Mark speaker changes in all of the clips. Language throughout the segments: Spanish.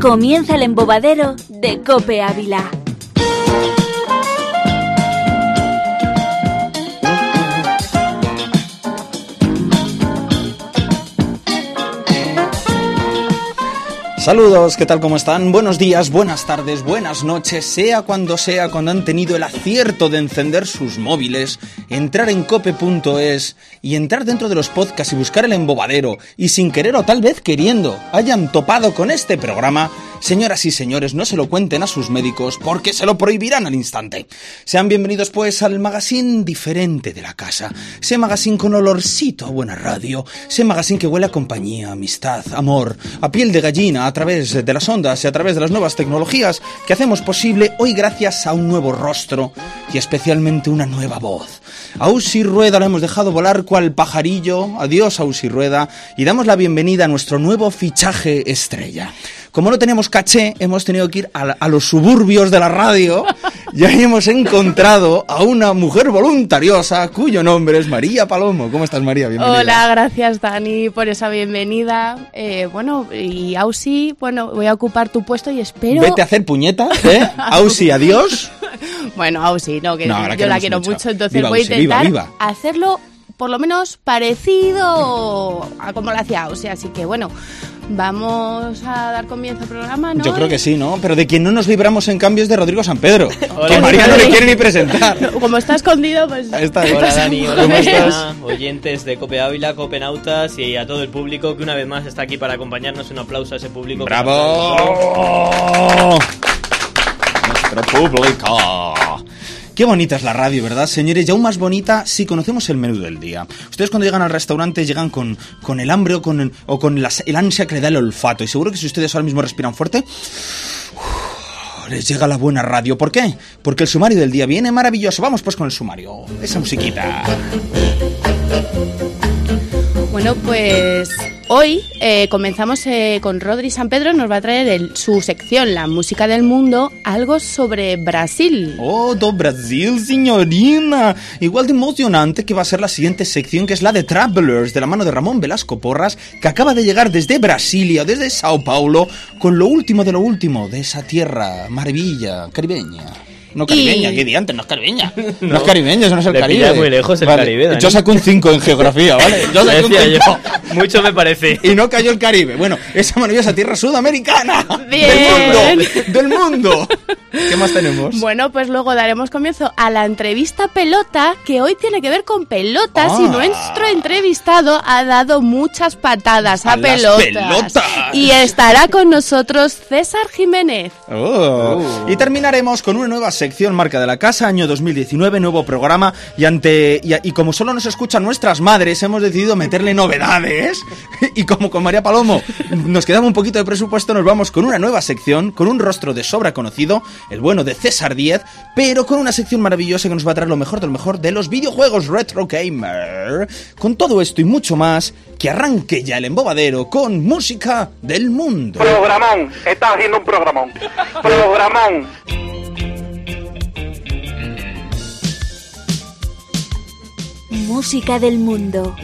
Speaker 1: Comienza el embobadero de Cope Ávila.
Speaker 2: Saludos, ¿qué tal? ¿Cómo están? Buenos días, buenas tardes, buenas noches, sea cuando sea, cuando han tenido el acierto de encender sus móviles, entrar en cope.es y entrar dentro de los podcasts y buscar el embobadero, y sin querer o tal vez queriendo, hayan topado con este programa, señoras y señores, no se lo cuenten a sus médicos porque se lo prohibirán al instante. Sean bienvenidos pues al magazine diferente de la casa, ese magazine con olorcito a buena radio, ese magazine que huele a compañía, amistad, amor, a piel de gallina, a través de las ondas y a través de las nuevas tecnologías que hacemos posible hoy gracias a un nuevo rostro y especialmente una nueva voz. A Usi Rueda la hemos dejado volar cual pajarillo. Adiós a Usi Rueda y damos la bienvenida a nuestro nuevo fichaje estrella. Como no tenemos caché, hemos tenido que ir a, la- a los suburbios de la radio y ahí hemos encontrado a una mujer voluntariosa cuyo nombre es María Palomo. ¿Cómo estás, María? Bienvenida.
Speaker 3: Hola, gracias Dani por esa bienvenida. Eh, bueno, y Ausi, bueno, voy a ocupar tu puesto y espero...
Speaker 2: Vete a hacer puñeta, ¿eh? Ausi, adiós.
Speaker 3: Bueno, Ausi, no, que
Speaker 2: No, la
Speaker 3: yo
Speaker 2: queremos
Speaker 3: la quiero
Speaker 2: mucho.
Speaker 3: mucho, entonces
Speaker 2: Viva
Speaker 3: voy a
Speaker 2: Ausi, viva,
Speaker 3: intentar
Speaker 2: viva.
Speaker 3: hacerlo por lo menos parecido a como lo hacía Ausi, así que bueno, vamos a dar comienzo al programa, ¿no?
Speaker 2: Yo creo que sí, ¿no? Pero de quien no nos libramos en cambio es de Rodrigo San Pedro, que
Speaker 4: Hola.
Speaker 2: María no le quiere ni presentar.
Speaker 3: Como está escondido, pues...
Speaker 2: Ahí está, ahí
Speaker 4: Hola
Speaker 2: está.
Speaker 4: Dani, hola
Speaker 2: ¿Cómo
Speaker 4: María,
Speaker 2: estás?
Speaker 4: oyentes de Cope Ávila, Copenautas y a todo el público que una vez más está aquí para acompañarnos. Un aplauso a ese público. que nos ha
Speaker 2: ¡Bravo!
Speaker 4: dado
Speaker 2: Nuestro público. Qué bonita es la radio, ¿verdad, señores? Y aún más bonita si conocemos el menú del día. Ustedes cuando llegan al restaurante llegan con, con el hambre o con, o con las- el ansia que le da el olfato. Y seguro que si ustedes ahora mismo respiran fuerte, les llega la buena radio. ¿Por qué? Porque el sumario del día viene maravilloso. Vamos pues con el sumario. Esa musiquita.
Speaker 3: Bueno, pues hoy eh, comenzamos eh, con Rodri San Pedro, nos va a traer el- su sección, la música del mundo, algo sobre Brasil.
Speaker 2: Oh, do Brasil, señorina. Igual de emocionante que va a ser la siguiente sección, que es la de Travelers, de la mano de Ramón Velasco Porras, que acaba de llegar desde Brasilia, desde Sao Paulo, con lo último de lo último de esa tierra maravilla, caribeña. No caribeña,
Speaker 3: Y-
Speaker 2: qué diantes, no es caribeña. No, es caribeña, eso no es el
Speaker 4: Le
Speaker 2: Caribe.
Speaker 4: pillas muy lejos el Caribe, Dani.
Speaker 2: Yo saco un 5 en geografía, ¿vale? Yo saco un
Speaker 4: Decía
Speaker 2: 5.
Speaker 4: yo. Mucho me parece.
Speaker 2: Y no cayó el Caribe. Bueno, esa maravillosa tierra sudamericana.
Speaker 3: Bien.
Speaker 2: Del mundo. Del mundo. ¿Qué más tenemos?
Speaker 3: Bueno, pues luego daremos comienzo a la entrevista pelota, que hoy tiene que ver con pelotas y
Speaker 2: Ah.
Speaker 3: nuestro entrevistado ha dado muchas patadas a,
Speaker 2: A las
Speaker 3: pelotas.
Speaker 2: pelotas.
Speaker 3: Y estará con nosotros César Jiménez.
Speaker 2: Oh. Y terminaremos con una nueva sección marca de la casa, año 2019, nuevo programa. Y, ante, y, a- y como solo nos escuchan nuestras madres, hemos decidido meterle novedades. Y como con María Palomo nos quedaba un poquito de presupuesto, nos vamos con una nueva sección, con un rostro de sobra conocido, el bueno de César Díez, pero con una sección maravillosa que nos va a traer lo mejor de lo mejor de los videojuegos retro gamer. Con todo esto y mucho más, que arranque ya el embobadero con música del mundo.
Speaker 5: Programón, estás haciendo un programón. Programón.
Speaker 1: Música del mundo.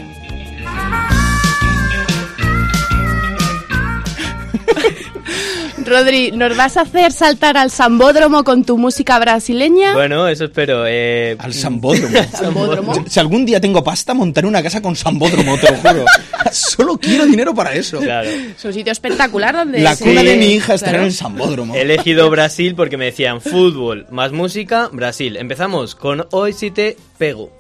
Speaker 3: Rodri, ¿nos vas a hacer saltar al sambódromo con tu música brasileña?
Speaker 4: Bueno, eso espero. eh,
Speaker 2: Al Sambódromo.
Speaker 3: ¿Sambódromo?
Speaker 2: Si algún día tengo pasta, montaré una casa con Sambódromo, te lo juro. Solo quiero dinero para eso.
Speaker 4: Claro.
Speaker 3: Es un sitio espectacular donde...
Speaker 2: La
Speaker 3: se-
Speaker 2: cuna de mi hija estará en
Speaker 3: Claro.
Speaker 2: el Sambódromo.
Speaker 4: He elegido Brasil porque me decían fútbol más música, Brasil. Empezamos con Hoy si te pego.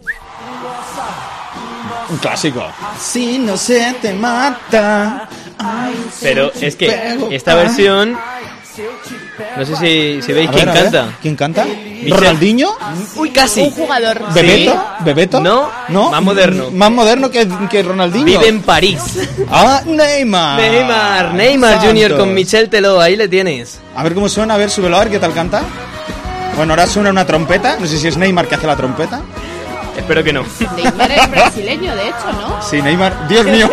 Speaker 2: Un clásico. Si no se te mata.
Speaker 4: Pero es que esta versión. No sé si, si veis
Speaker 2: A
Speaker 4: quién
Speaker 2: ver, a ver,
Speaker 4: canta.
Speaker 2: ¿Quién canta?
Speaker 4: Michel.
Speaker 2: ¿Ronaldinho?
Speaker 4: Uy, casi.
Speaker 3: Un jugador.
Speaker 2: ¿Bebeto? ¿Bebeto?
Speaker 4: No,
Speaker 2: ¿No?
Speaker 4: más moderno.
Speaker 2: Más moderno que, que Ronaldinho.
Speaker 4: Vive en París.
Speaker 2: Ah, Neymar.
Speaker 4: Neymar, Neymar
Speaker 2: Santos.
Speaker 4: Jr. con Michel Teló, ahí le tienes.
Speaker 2: A ver cómo suena, a ver, súbelo, a ver qué tal canta. Bueno, ahora suena una trompeta. No sé si es Neymar que hace la trompeta.
Speaker 4: Espero que no.
Speaker 3: Neymar es brasileño, de hecho, ¿no?
Speaker 2: Sí, Neymar. Dios mío.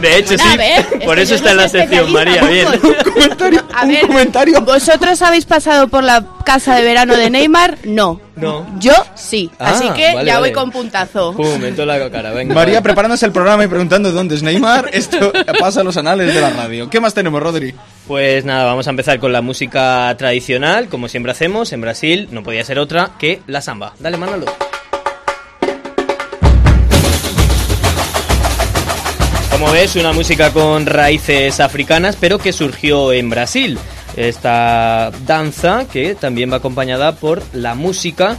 Speaker 4: De hecho,
Speaker 3: Bueno, a
Speaker 4: sí.
Speaker 3: ver, es
Speaker 4: Por
Speaker 3: que
Speaker 4: eso
Speaker 3: yo
Speaker 4: está en
Speaker 3: no
Speaker 4: la
Speaker 3: soy
Speaker 4: sección, María. Bien.
Speaker 3: especialista
Speaker 2: comentario,
Speaker 3: A
Speaker 2: un
Speaker 3: ver,
Speaker 2: comentario.
Speaker 3: ¿Vosotros habéis pasado por la casa de verano de Neymar? No.
Speaker 4: No.
Speaker 3: Yo sí.
Speaker 4: Ah,
Speaker 3: Así que
Speaker 4: vale,
Speaker 3: ya
Speaker 4: vale.
Speaker 3: voy con puntazo.
Speaker 4: Pum, en toda la cara. Venga.
Speaker 2: María preparándose el programa y preguntando dónde es Neymar. Esto pasa a los anales de la radio. ¿Qué más tenemos, Rodri?
Speaker 4: Pues nada, vamos a empezar con la música tradicional, como siempre hacemos en Brasil, no podía ser otra que la samba. Dale, Manolo. Como ves, una música con raíces africanas, pero que surgió en Brasil. Esta danza que también va acompañada por la música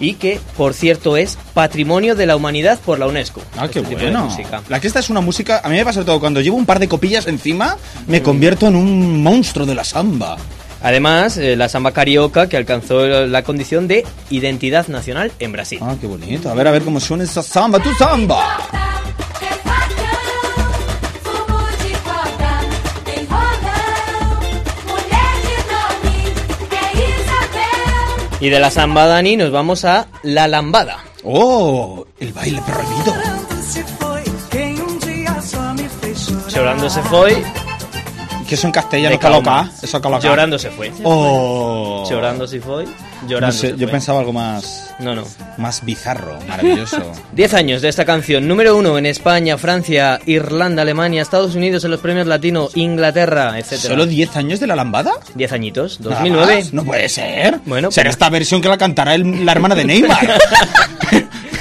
Speaker 4: y que, por cierto, es Patrimonio de la Humanidad por la UNESCO.
Speaker 2: Ah, qué
Speaker 4: Este tipo de
Speaker 2: bueno.
Speaker 4: música.
Speaker 2: La que esta es una música. A mí me pasa todo. Cuando llevo un par de copillas encima, me convierto en un monstruo de la samba.
Speaker 4: Además, eh, la samba carioca que alcanzó la condición de identidad nacional en Brasil.
Speaker 2: Ah, qué bonito. A ver, a ver cómo suena esa samba, tu samba.
Speaker 6: Tem facão, fumo de corda, tem rodão, mulher de nome, é Isabel.
Speaker 4: Y de la samba, Dani, nos vamos a la lambada.
Speaker 2: Oh, el baile prohibido.
Speaker 7: um
Speaker 4: Llorando se fue,
Speaker 2: Que eso en castellano
Speaker 4: De
Speaker 2: está loca. ¿eh?
Speaker 4: calma.
Speaker 2: Eso está loca.
Speaker 4: llorando se fue.
Speaker 2: Oh.
Speaker 4: Llorando se fue, llorando
Speaker 2: No sé,
Speaker 4: se
Speaker 2: yo
Speaker 4: fue.
Speaker 2: pensaba algo más,
Speaker 4: No, no.
Speaker 2: más bizarro, maravilloso.
Speaker 4: 10 años de esta canción, número uno en España, Francia, Irlanda, Alemania, Estados Unidos en los premios Latino, Inglaterra, etc.
Speaker 2: ¿Solo 10 años de la lambada?
Speaker 4: 10 añitos,
Speaker 2: ¿Nada
Speaker 4: 2009.
Speaker 2: más? No puede ser.
Speaker 4: Bueno, pues-
Speaker 2: Será
Speaker 4: pero-
Speaker 2: esta versión que la cantará el- la hermana de Neymar.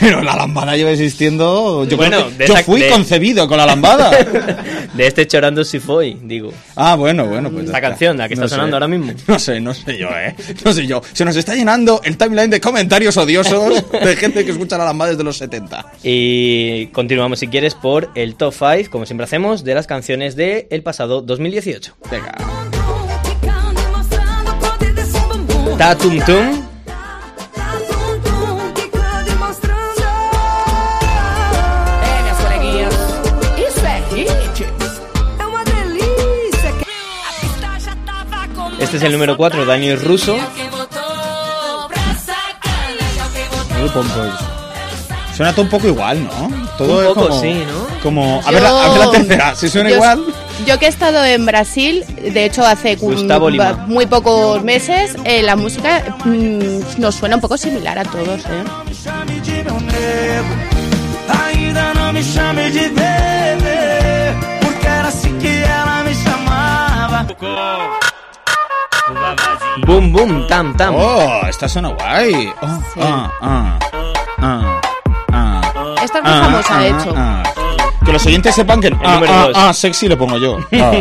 Speaker 2: Pero la lambada lleva existiendo. Yo, creo
Speaker 4: Bueno,
Speaker 2: que-
Speaker 4: de
Speaker 2: yo
Speaker 4: esa-
Speaker 2: fui
Speaker 4: de-
Speaker 2: concebido con la lambada.
Speaker 4: De este Llorando si fue, digo.
Speaker 2: Ah, bueno, bueno, pues. ya
Speaker 4: Esta
Speaker 2: está.
Speaker 4: canción, la que está sonando ahora mismo.
Speaker 2: No sé, no sé yo, ¿eh? No sé yo. Se nos está llenando el timeline de comentarios odiosos de gente que escucha la lambada desde los 70.
Speaker 4: Y continuamos, si quieres, por el top 5, como siempre hacemos, de las canciones del el pasado 2018.
Speaker 2: Venga.
Speaker 6: Bumbum quicando e mostrando o poder desse bumbum.
Speaker 4: Ta Tum Tum,
Speaker 6: Tá bumbum quicando e mostrando.
Speaker 8: É, minhas coleguinhas. Isso é hit.
Speaker 6: É uma delícia. A pista já tava com
Speaker 4: este es el número 4, Dani Russo.
Speaker 6: Alguém botou pra sacanagem. Alguém botou.
Speaker 2: Suena todo un poco igual, ¿no? Todo es
Speaker 4: Un poco,
Speaker 2: como,
Speaker 4: sí, ¿no?
Speaker 2: Como, a, ver, la- a ver la tercera, si suena
Speaker 3: yo-
Speaker 2: igual.
Speaker 3: Yo que he estado en Brasil, de hecho hace cu-
Speaker 4: Gustavo Lima.
Speaker 3: ba- muy pocos meses, eh, la música mm, nos suena un poco similar a todos. ¿eh?
Speaker 4: Boom Boom Tam Tam.
Speaker 2: Oh, esta suena guay. Oh, ah, ah, ah, ah,
Speaker 3: Esta es muy
Speaker 2: ah,
Speaker 3: famosa,
Speaker 2: ah,
Speaker 3: de hecho.
Speaker 2: ah. Que los oyentes sepan que el ah,
Speaker 4: número
Speaker 2: ah,
Speaker 4: dos.
Speaker 2: ah, sexy lo pongo yo. Ah.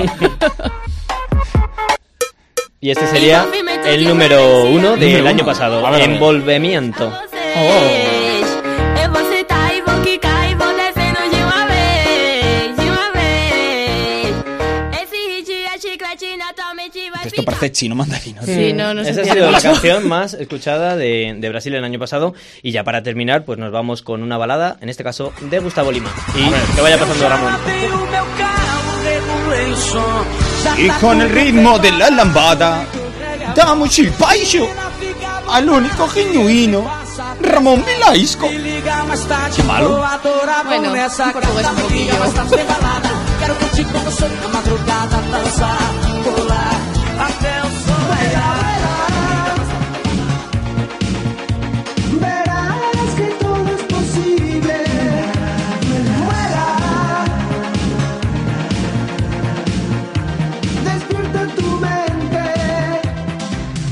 Speaker 4: Y este sería el número 1 del
Speaker 2: Número
Speaker 4: año
Speaker 2: uno.
Speaker 4: pasado,
Speaker 2: A ver, a ver.
Speaker 4: Envolvimiento.
Speaker 1: Eu vou sentar e vou quicar e vou descendo de uma vez, de uma vez. Esse hit é chiclete naturalmente vai
Speaker 2: Esto parece chino mandarino.
Speaker 3: Sí, no, no se
Speaker 4: Esa ha
Speaker 3: entiende
Speaker 4: sido la
Speaker 3: mucho.
Speaker 4: canción más escuchada de, de Brasil el año pasado. Y ya para terminar, pues nos vamos con una balada, en este caso de Gustavo Lima. Y que vaya pasando Ramón.
Speaker 2: Y con el ritmo de la lambada, damos el payo al único genuino, Ramón Velasco. Qué malo.
Speaker 3: Bueno, portugués un poquillo.
Speaker 7: é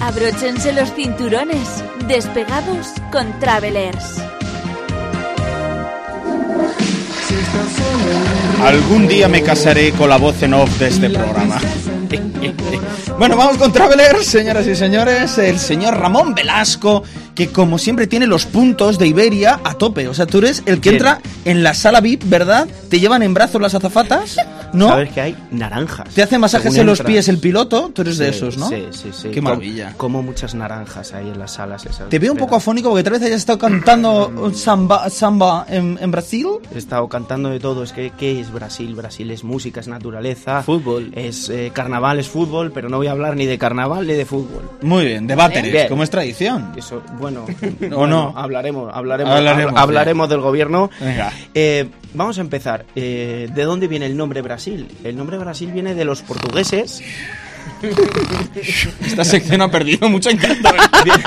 Speaker 1: Abróchense los cinturones, despegados con Travelers.
Speaker 2: Algún día me casaré con la voz en off de este programa. Eh, bueno, vamos con Travelers, señoras y señores. El señor Ramón Velasco, que como siempre tiene los puntos de Iberia a tope. O sea, tú eres el que
Speaker 9: Bien.
Speaker 2: entra en la sala VIP, ¿verdad? Te llevan en brazos las azafatas, ¿no?
Speaker 9: Sabes que hay naranjas.
Speaker 2: Te hace masajes
Speaker 9: Según
Speaker 2: en los
Speaker 9: entras.
Speaker 2: pies el piloto. Tú eres de
Speaker 9: Sí,
Speaker 2: esos, ¿no?
Speaker 9: Sí, sí, sí.
Speaker 2: Qué
Speaker 9: Com-
Speaker 2: maravilla.
Speaker 9: Como muchas naranjas ahí en las salas esas.
Speaker 2: Te veo un poco
Speaker 9: Pero
Speaker 2: afónico porque tal vez hayas estado cantando un samba, samba en, en Brasil.
Speaker 9: He estado cantando de todo. Es que, ¿qué es Brasil? Brasil es música, es naturaleza.
Speaker 4: Fútbol.
Speaker 9: Es eh, carnaval, es fútbol, pero no voy a hablar ni de carnaval ni de fútbol.
Speaker 2: Muy bien, de váteres,
Speaker 9: Bien.
Speaker 2: como es tradición.
Speaker 9: Eso, bueno.
Speaker 2: ¿O
Speaker 9: bueno,
Speaker 2: no?
Speaker 9: Hablaremos, hablaremos,
Speaker 2: Hablaremos,
Speaker 9: hablaremos,
Speaker 2: sí.
Speaker 9: del gobierno.
Speaker 2: Venga.
Speaker 9: Eh, vamos a empezar. Eh, ¿De dónde viene el nombre Brasil? El nombre Brasil viene de los portugueses.
Speaker 2: Esta sección ha perdido mucho encanto.
Speaker 4: Viene-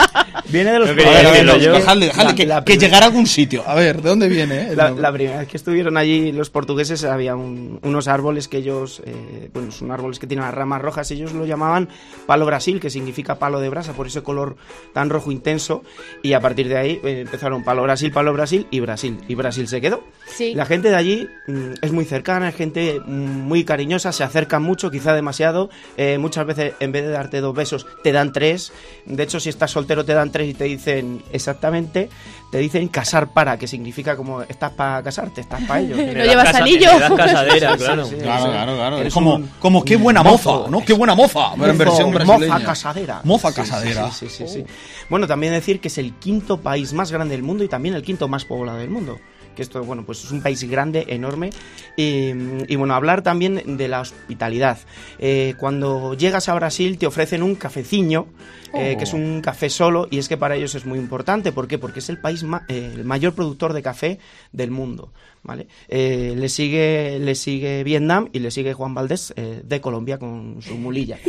Speaker 9: Viene de los
Speaker 4: No
Speaker 2: A ver, a ver,
Speaker 4: Decirlo yo.
Speaker 2: dejadle, dejadle,
Speaker 9: La-
Speaker 2: que,
Speaker 9: la
Speaker 2: que
Speaker 9: primera-
Speaker 2: llegar a algún sitio. A ver, ¿de dónde viene? eh, el
Speaker 9: La,
Speaker 2: nombre?
Speaker 9: la primera vez que estuvieron allí los portugueses había un- unos árboles que ellos, eh, bueno, son árboles que tienen las ramas rojas, ellos lo llamaban palo Brasil, que significa palo de brasa, por ese color tan rojo intenso, y a partir de ahí eh, empezaron palo Brasil, palo Brasil y Brasil, y Brasil se quedó.
Speaker 3: Sí.
Speaker 9: La gente de allí mm, es muy cercana, es gente mm, muy cariñosa, se acercan mucho, quizá demasiado, eh, muchas veces en vez de darte dos besos te dan tres, de hecho si estás soltero te dan tres y te dicen exactamente, te dicen casar para, que significa como estás para casarte, estás para ellos.
Speaker 3: No llevas anillo.
Speaker 4: Le das casadera, claro.
Speaker 9: Sí, sí, sí.
Speaker 2: Claro, claro, claro.
Speaker 9: Eres
Speaker 2: Es como,
Speaker 9: un-
Speaker 2: como qué
Speaker 9: un
Speaker 2: buena
Speaker 9: mozo.
Speaker 2: mofa, ¿no? Qué buena mofa, pero en
Speaker 9: Mozo-
Speaker 2: versión brasileña.
Speaker 9: Mofa casadera.
Speaker 2: Mofa
Speaker 9: Sí, sí,
Speaker 2: casadera.
Speaker 9: Sí, sí, sí, sí. Bueno, también decir que es el quinto país más grande del mundo y también el quinto más poblado del mundo. Que esto, bueno, pues es un país grande, enorme. Y, y, bueno, hablar también de la hospitalidad. Eh, cuando llegas a Brasil te ofrecen un cafeciño, eh,
Speaker 2: Oh.
Speaker 9: que es un café solo, y es que para ellos es muy importante. ¿Por qué? Porque es el país ma- eh, el mayor productor de café del mundo. ¿Vale? Eh, le, sigue, le sigue Vietnam y le sigue Juan Valdés eh, de Colombia con su mulilla.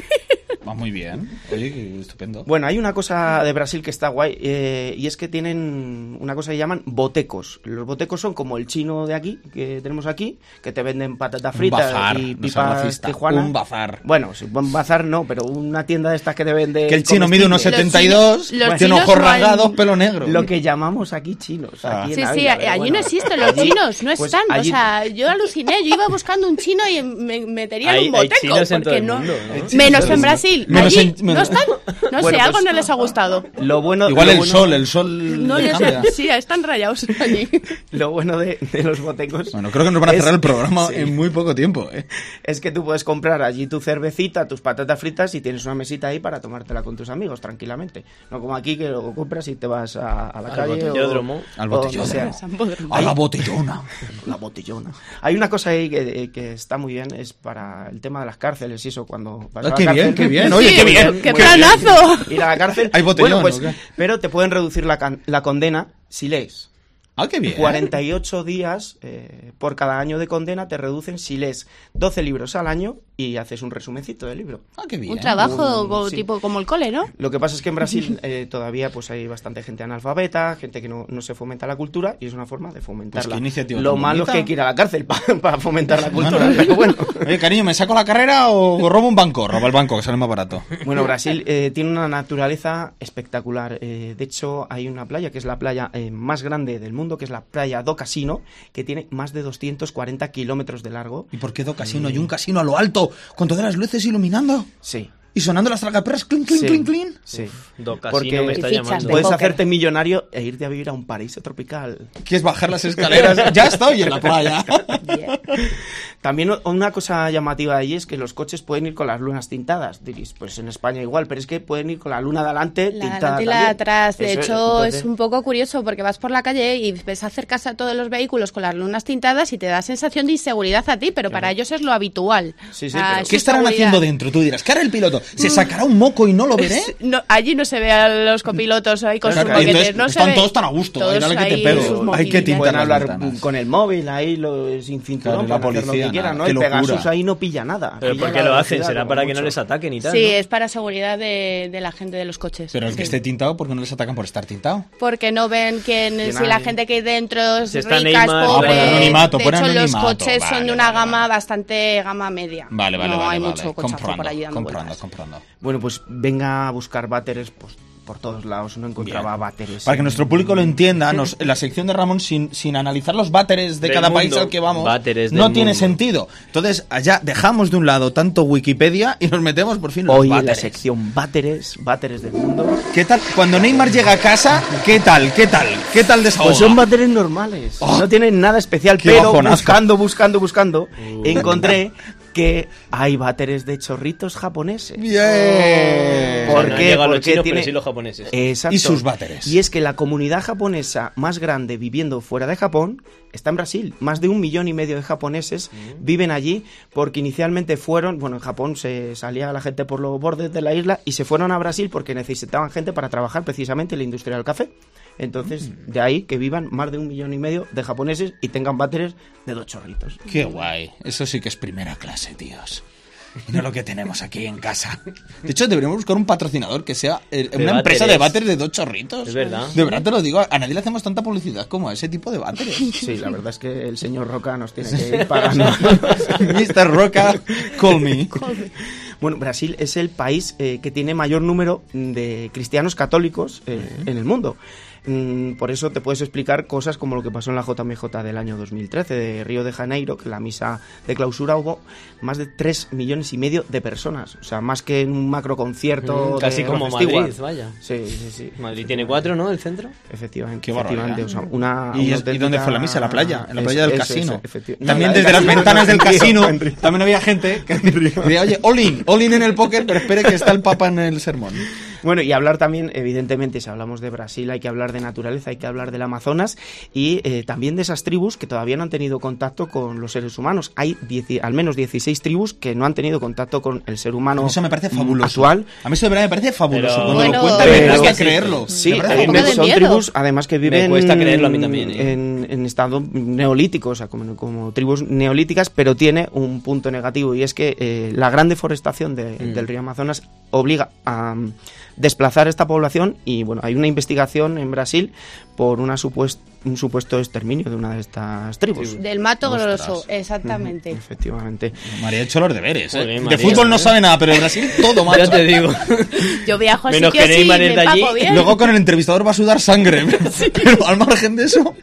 Speaker 2: Va muy bien. Oye, qué estupendo.
Speaker 9: Bueno, hay una cosa de Brasil que está guay eh, y es que tienen una cosa que llaman botecos. Los botecos son como el chino de aquí, que tenemos aquí, que te venden patatas
Speaker 2: Un
Speaker 9: fritas
Speaker 2: bazar,
Speaker 9: y
Speaker 2: no seas
Speaker 9: pipas
Speaker 2: racista,
Speaker 9: tijuana.
Speaker 2: un bazar.
Speaker 9: Bueno, sí, un bazar no, pero una tienda de estas que te vende...
Speaker 2: Que el chino mide unos
Speaker 3: Los
Speaker 9: comestibles.
Speaker 2: 72,
Speaker 3: chinos- los
Speaker 2: tiene
Speaker 3: chinos
Speaker 2: ojos
Speaker 3: no han-
Speaker 2: rasgados, pelo negro.
Speaker 9: Lo que llamamos aquí chinos.
Speaker 2: Ah.
Speaker 9: aquí en
Speaker 3: Sí,
Speaker 9: la
Speaker 3: sí,
Speaker 9: vida,
Speaker 3: a-
Speaker 9: pero
Speaker 3: allí
Speaker 9: bueno.
Speaker 3: no existen los
Speaker 9: Allí-
Speaker 3: chinos, no
Speaker 9: pues
Speaker 3: están.
Speaker 9: allí-
Speaker 3: O sea, yo aluciné, yo iba buscando un chino y me metería en
Speaker 4: Hay-
Speaker 3: un
Speaker 4: hay
Speaker 3: boteco.
Speaker 4: chinos
Speaker 3: porque
Speaker 4: en todo el
Speaker 3: no-
Speaker 4: mundo, ¿no? Hay chinos
Speaker 3: Menos
Speaker 2: en todo
Speaker 3: en
Speaker 2: el
Speaker 3: Brasil,
Speaker 2: mundo. Menos
Speaker 3: allí
Speaker 2: en- menos-
Speaker 3: no están. No
Speaker 9: Bueno,
Speaker 3: sé, algo
Speaker 9: pues-
Speaker 3: no les ha gustado.
Speaker 9: Lo bueno,
Speaker 2: Igual
Speaker 9: lo
Speaker 2: el
Speaker 9: bueno-
Speaker 2: sol, el sol.
Speaker 3: No,
Speaker 2: le
Speaker 3: les
Speaker 2: cambia.
Speaker 3: sí, están rayados allí.
Speaker 9: Lo bueno de, de los botecos...
Speaker 2: Bueno, creo que nos van a
Speaker 9: es-
Speaker 2: cerrar el programa
Speaker 9: sí.
Speaker 2: en muy poco tiempo, ¿eh?
Speaker 9: es que tú puedes comprar allí tu cervecita, tus patatas fritas y tienes una mesita ahí para tomártela con tus amigos tranquilamente. No como aquí que lo compras y te vas a, a la
Speaker 4: Al
Speaker 9: calle
Speaker 4: botellódromo.
Speaker 9: o
Speaker 2: Al
Speaker 9: Oh, o
Speaker 2: botellódromo.
Speaker 9: donde sea.
Speaker 2: A la botellona.
Speaker 9: La botellona. Hay una cosa ahí que, que está muy bien, es para el tema de las cárceles y eso cuando vas
Speaker 2: Ah,
Speaker 9: a la
Speaker 2: qué bien,
Speaker 9: cárcel-
Speaker 2: qué bien. Oye,
Speaker 3: Sí,
Speaker 2: qué bien.
Speaker 3: ¡Qué
Speaker 9: muy bien.
Speaker 3: planazo!
Speaker 9: Ir a la cárcel.
Speaker 2: Hay botellón,
Speaker 9: Bueno, pues,
Speaker 2: ¿o qué?
Speaker 9: pero te pueden reducir la, can- la condena si lees.
Speaker 2: Ah, qué bien.
Speaker 9: 48 días eh, por cada año de condena te reducen si lees 12 libros al año y haces un resumencito del libro.
Speaker 2: Ah, qué bien.
Speaker 3: Un trabajo
Speaker 9: un-
Speaker 3: co-
Speaker 9: sí.
Speaker 3: tipo como el cole, ¿no?
Speaker 9: Lo que pasa es que en Brasil eh, todavía pues hay bastante gente analfabeta, gente que no, no se fomenta la cultura y es una forma de fomentarla.
Speaker 2: Pues qué iniciativa
Speaker 9: Lo
Speaker 2: tan
Speaker 9: malo es
Speaker 2: bonita.
Speaker 9: que hay que ir a la cárcel pa- para fomentar la
Speaker 2: No,
Speaker 9: cultura,
Speaker 2: no, no.
Speaker 9: pero bueno.
Speaker 2: Oye, cariño, ¿me saco la carrera o robo un banco? Roba el banco, que sale más barato.
Speaker 9: Bueno, Brasil eh, tiene una naturaleza espectacular. Eh, de hecho, hay una playa que es la playa eh, más grande del mundo, que es la playa do Casino, que tiene más de 240 kilómetros de largo.
Speaker 2: ¿Y por qué dos casinos? Y un casino a lo alto, con todas las luces iluminando
Speaker 9: Sí.
Speaker 2: y sonando las tragaperras, clink, clink,
Speaker 9: sí,
Speaker 2: clink, clink.
Speaker 9: sí.
Speaker 4: Do Casino
Speaker 9: Porque Pues
Speaker 4: me está
Speaker 3: Y fichas
Speaker 4: llamando.
Speaker 3: de
Speaker 9: Puedes
Speaker 3: póker.
Speaker 9: hacerte millonario e irte a vivir a un paraíso tropical.
Speaker 2: ¿Quieres bajar las escaleras? ya estoy en la playa.
Speaker 9: También o- una cosa llamativa de allí es que los coches pueden ir con las lunas tintadas. Diréis, pues en España igual, pero es que pueden ir con la luna de adelante
Speaker 3: La
Speaker 9: tintada.
Speaker 3: delante y la
Speaker 9: también.
Speaker 3: atrás. De
Speaker 9: Eso es,
Speaker 3: hecho,
Speaker 9: entonces-
Speaker 3: es un poco curioso porque vas por la calle y ves acercarse a todos los vehículos con las lunas tintadas y te da sensación de inseguridad a ti, pero para ellos es lo habitual.
Speaker 9: Sí, sí,
Speaker 3: Ah,
Speaker 9: pero-
Speaker 3: es
Speaker 2: ¿Qué
Speaker 3: su
Speaker 2: estarán
Speaker 3: seguridad.
Speaker 2: haciendo dentro? Tú dirás, ¿qué hará el piloto?
Speaker 3: Mm.
Speaker 2: ¿Se sacará un moco y no lo veré?
Speaker 3: No, allí no se ve a los copilotos ahí con
Speaker 2: ¿eh? Claro,
Speaker 3: sus
Speaker 2: claro, y
Speaker 3: moquetes.
Speaker 2: entonces
Speaker 3: no se
Speaker 2: están
Speaker 3: ve.
Speaker 2: todos tan a gusto, ahí
Speaker 3: Todos
Speaker 2: dale que te
Speaker 3: ahí
Speaker 2: pego,
Speaker 3: sus
Speaker 2: hay que
Speaker 3: moquillas.
Speaker 2: tintar.
Speaker 9: Pueden
Speaker 2: las
Speaker 9: hablar
Speaker 2: ventanas.
Speaker 9: con el móvil ahí, lo- sin
Speaker 2: Claro,
Speaker 9: cinturón,
Speaker 2: la
Speaker 9: para hacer
Speaker 2: policía,
Speaker 9: lo que quieran,
Speaker 2: nada,
Speaker 9: ¿no?
Speaker 2: qué
Speaker 9: Y Pegasus
Speaker 2: locura.
Speaker 9: ahí no pilla nada.
Speaker 4: Pero
Speaker 9: Pilla
Speaker 4: ¿por qué
Speaker 9: la
Speaker 4: lo hacen?
Speaker 9: velocidad
Speaker 4: ¿Será
Speaker 9: como
Speaker 4: para que no
Speaker 9: mucho.
Speaker 4: les ataquen y tal?
Speaker 3: Sí,
Speaker 4: ¿no?
Speaker 3: es para seguridad de, de la gente de los coches.
Speaker 2: Pero el que este
Speaker 3: sí.
Speaker 2: esté tintado, ¿por qué no les atacan por estar tintado?
Speaker 3: Porque no ven quién
Speaker 9: Que
Speaker 3: si la
Speaker 9: nadie.
Speaker 3: gente que hay dentro es
Speaker 4: Si
Speaker 3: rica,
Speaker 4: está
Speaker 3: es
Speaker 4: Neymar,
Speaker 2: Ah, por
Speaker 3: pobre.
Speaker 2: anonimato,
Speaker 3: de
Speaker 2: por
Speaker 3: hecho,
Speaker 2: anonimato,
Speaker 3: los coches
Speaker 2: vale,
Speaker 3: son de una
Speaker 2: vale,
Speaker 3: gama
Speaker 2: vale.
Speaker 3: bastante gama media.
Speaker 2: Vale, vale,
Speaker 3: no
Speaker 2: vale.
Speaker 3: hay
Speaker 2: vale.
Speaker 3: mucho cochazo
Speaker 2: comprando,
Speaker 3: por ahí dando
Speaker 2: comprando,
Speaker 3: vueltas.
Speaker 2: comprando.
Speaker 9: Bueno, pues venga a buscar váteres pues, por todos lados. No encontraba
Speaker 2: Bien.
Speaker 9: váteres.
Speaker 2: Para que nuestro público lo entienda, nos- la sección de Ramón, sin, sin analizar los váteres de
Speaker 4: Del
Speaker 2: cada país
Speaker 4: mundo.
Speaker 2: al que vamos,
Speaker 4: Váteres del
Speaker 2: no tiene
Speaker 4: mundo.
Speaker 2: sentido. Entonces, allá dejamos de un lado tanto Wikipedia y nos metemos por fin los
Speaker 9: Hoy en la
Speaker 2: váteres.
Speaker 9: sección váteres, váteres del mundo.
Speaker 2: ¿Qué tal? Cuando Neymar llega a casa, ¿qué tal? ¿Qué tal? ¿Qué tal de
Speaker 9: Pues son bateres normales.
Speaker 2: Oh.
Speaker 9: No tienen nada especial,
Speaker 2: Qué
Speaker 9: pero
Speaker 2: bajonazo. Uh.
Speaker 9: buscando, buscando, buscando, encontré que hay bateres de chorritos japoneses.
Speaker 2: Bien.
Speaker 4: O sea,
Speaker 9: ¿Por
Speaker 4: no han
Speaker 9: qué?
Speaker 4: llegado
Speaker 9: Porque
Speaker 4: los chinos,
Speaker 9: tiene- Eh,
Speaker 4: pero sí los japoneses.
Speaker 9: Exacto.
Speaker 2: Y sus váteres.
Speaker 9: Y es que la comunidad japonesa más grande viviendo fuera de Japón está en Brasil. Más de un millón y medio de japoneses viven allí porque inicialmente fueron, bueno, en Japón se salía la gente por los bordes de la isla y se fueron a Brasil porque necesitaban gente para trabajar precisamente en la industria del café. Entonces, de ahí que vivan más de un millón y medio de japoneses y tengan váteres de dos chorritos.
Speaker 2: Qué guay. Eso sí que es primera clase, tíos. y no lo que tenemos aquí en casa. De hecho, deberíamos buscar un patrocinador que sea eh,
Speaker 4: De
Speaker 2: una empresa
Speaker 4: váteres.
Speaker 2: de váteres de dos chorritos.
Speaker 4: Es verdad.
Speaker 2: De verdad te lo digo, a nadie le hacemos tanta publicidad como a ese tipo de váteres.
Speaker 9: Sí, la verdad es que el señor Roca nos tiene que ir pagando.
Speaker 2: Mr. Roca, call me.
Speaker 9: Bueno, Brasil es el país eh, que tiene mayor número mm, de cristianos católicos eh, en el mundo. Mm, por eso te puedes explicar cosas como lo que pasó en la JMJ del año 2013 de Río de Janeiro, que en la misa de clausura hubo más de 3 millones y medio de personas. O sea, más que en un macro concierto.
Speaker 4: Mm, casi
Speaker 9: de
Speaker 4: como
Speaker 9: Rod Stewart.
Speaker 4: Madrid, vaya.
Speaker 9: Sí, sí, sí.
Speaker 4: Madrid tiene cuatro, ¿no? El centro.
Speaker 9: Efectivamente,
Speaker 2: Qué
Speaker 9: efectivamente.
Speaker 2: barbaridad.
Speaker 9: O sea, una,
Speaker 2: ¿Y,
Speaker 9: una
Speaker 2: es- ¿y dónde
Speaker 9: auténtica-
Speaker 2: fue la misa? La playa, en la
Speaker 9: Eso,
Speaker 2: playa del
Speaker 9: eso,
Speaker 2: casino.
Speaker 9: eso, efectivamente.
Speaker 2: también
Speaker 9: No, la
Speaker 2: desde
Speaker 9: del
Speaker 2: las
Speaker 9: casino,
Speaker 2: ventanas del
Speaker 9: en Río,
Speaker 2: casino
Speaker 9: en Río.
Speaker 2: también había gente que decía, oye, Olin, Olin en el póker, pero espere que está el papa en el sermón.
Speaker 9: Bueno, y hablar también, evidentemente, si hablamos de Brasil, hay que hablar de naturaleza, hay que hablar del Amazonas y eh, también de esas tribus que todavía no han tenido contacto con los seres humanos. Hay dieci- al menos 16 tribus que no han tenido contacto con el ser humano
Speaker 2: Eso me parece fabuloso.
Speaker 9: actual.
Speaker 2: A mí eso de verdad me parece fabuloso.
Speaker 4: Pero-
Speaker 2: Cuando
Speaker 3: Bueno,
Speaker 2: lo cuentan,
Speaker 9: pero-
Speaker 2: me da
Speaker 9: es que
Speaker 2: que
Speaker 9: sí.
Speaker 2: creerlo.
Speaker 9: Sí,
Speaker 2: Me parece
Speaker 9: hay-
Speaker 3: un poco de
Speaker 9: son
Speaker 3: miedo.
Speaker 9: tribus además que viven
Speaker 4: cuesta creerlo a mí también, ¿eh?
Speaker 9: en, en estado neolítico, o sea, como, como tribus neolíticas, pero tiene un punto negativo y es que eh, la gran deforestación de-
Speaker 4: Mm.
Speaker 9: del río Amazonas obliga a mm, desplazar esta población y bueno, hay una investigación en Brasil por una supues- un supuesto exterminio de una de estas tribus.
Speaker 3: Del mato
Speaker 2: Ostras.
Speaker 3: grosso, exactamente.
Speaker 9: Efectivamente.
Speaker 2: María ha hecho los deberes. ¿eh?
Speaker 4: Joder,
Speaker 2: de
Speaker 4: María,
Speaker 2: fútbol no
Speaker 4: ¿eh?
Speaker 2: sabe nada, pero de Brasil todo macho.
Speaker 4: Ya te digo.
Speaker 3: Yo viajo a
Speaker 4: Menos
Speaker 3: sitios
Speaker 4: que
Speaker 3: y
Speaker 4: Neymar
Speaker 3: me
Speaker 4: es de allí.
Speaker 3: empapo bien.
Speaker 2: Luego con el entrevistador va a sudar sangre. Pero al margen de eso,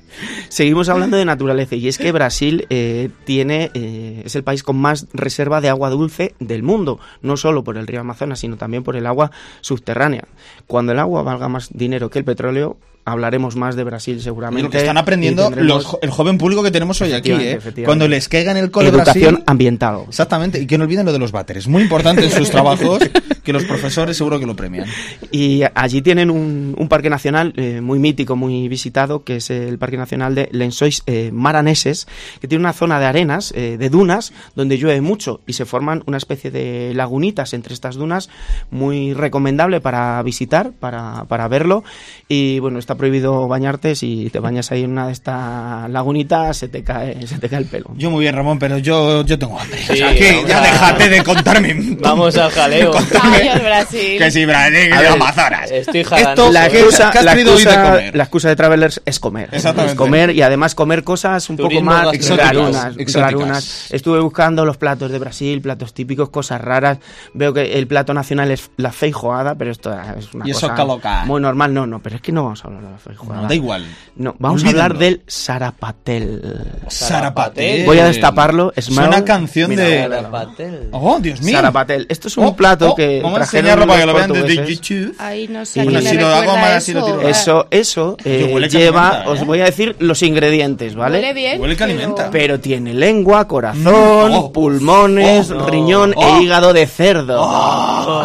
Speaker 9: Seguimos hablando de naturaleza y es que Brasil eh, tiene eh, es el país con más reserva de agua dulce del mundo, no solo por el río Amazonas, sino también por el agua subterránea. Cuando el agua valga más dinero que el petróleo, hablaremos más de Brasil seguramente.
Speaker 2: lo que están
Speaker 9: y
Speaker 2: aprendiendo
Speaker 9: tendremos
Speaker 2: los jo- el joven público que tenemos hoy aquí,
Speaker 9: Efectivamente,
Speaker 2: ¿eh?
Speaker 9: efectivamente.
Speaker 2: cuando les caiga en el cole
Speaker 9: educación
Speaker 2: Brasil,
Speaker 9: ambiental.
Speaker 2: Exactamente, y que no olviden lo de los váteres. Muy importante en sus trabajos, que los profesores seguro que lo premian.
Speaker 9: Y allí tienen un, un parque nacional eh, muy mítico, muy visitado, que es el Parque Nacional de Lençóis eh, Maraneses, que tiene una zona de arenas, eh, de dunas, donde llueve mucho y se forman una especie de lagunitas entre estas dunas, muy recomendable para visitar, para, para verlo. Y bueno, está prohibido bañarte, si te bañas ahí en una de estas lagunitas se te cae, se te cae el pelo.
Speaker 2: Yo muy bien, Ramón, pero yo, yo tengo hambre.
Speaker 4: Sí,
Speaker 2: o sea, que
Speaker 4: vamos
Speaker 2: ya
Speaker 4: a-
Speaker 2: déjate de contarme.
Speaker 4: Vamos al jaleo.
Speaker 3: Ay, el Brasil.
Speaker 2: Que sí, Brasil, que
Speaker 4: A ver,
Speaker 2: Amazonas.
Speaker 4: estoy
Speaker 2: Esto,
Speaker 4: jalando.
Speaker 9: La
Speaker 2: ¿qué-
Speaker 9: excusa,
Speaker 2: qué has
Speaker 9: la,
Speaker 2: traído hoy de
Speaker 9: excusa-
Speaker 2: comer?
Speaker 9: la excusa de Travelers es comer.
Speaker 2: Exactamente.
Speaker 9: Es comer y además comer cosas un
Speaker 4: Turismo
Speaker 9: poco más
Speaker 4: gastronómico.
Speaker 9: rarunas,
Speaker 2: Exóticas.
Speaker 9: rarunas. Estuve buscando los platos de Brasil, platos típicos, cosas raras. Veo que el plato nacional es la feijoada, pero esto es una
Speaker 2: Y eso
Speaker 9: cosa
Speaker 2: que loca.
Speaker 9: muy normal. No, no, pero es que no vamos a hablar de la feijoada.
Speaker 2: No, da igual.
Speaker 9: No, vamos
Speaker 2: Olvídenlo.
Speaker 9: a hablar del sarapatel.
Speaker 2: Sarapatel.
Speaker 9: Voy a destaparlo. Es
Speaker 2: Suena canción de... Oh, Dios mío.
Speaker 9: Sarapatel. Esto es un
Speaker 2: Oh,
Speaker 9: plato
Speaker 2: oh,
Speaker 9: que
Speaker 2: Vamos a
Speaker 9: trajeron
Speaker 2: enseñarlo para que lo
Speaker 9: los
Speaker 2: vean desde
Speaker 9: portugueses.
Speaker 2: YouTube.
Speaker 3: Ay, no sé. a
Speaker 9: Bueno,
Speaker 3: quién
Speaker 9: si
Speaker 3: me
Speaker 9: lo hago
Speaker 3: recuerda
Speaker 2: mal,
Speaker 3: eso.
Speaker 2: así lo tiro.
Speaker 9: Eso, eso eh,
Speaker 2: huele que
Speaker 9: lleva,
Speaker 2: alimenta, ¿eh?
Speaker 9: os voy a decir los ingredientes, ¿vale?
Speaker 3: Huele bien.
Speaker 2: Huele que alimenta.
Speaker 9: Pero tiene lengua, corazón,
Speaker 2: Mm, oh.
Speaker 9: pulmones,
Speaker 2: Oh, no.
Speaker 9: riñón
Speaker 2: Oh.
Speaker 9: e hígado de cerdo.
Speaker 4: Oh.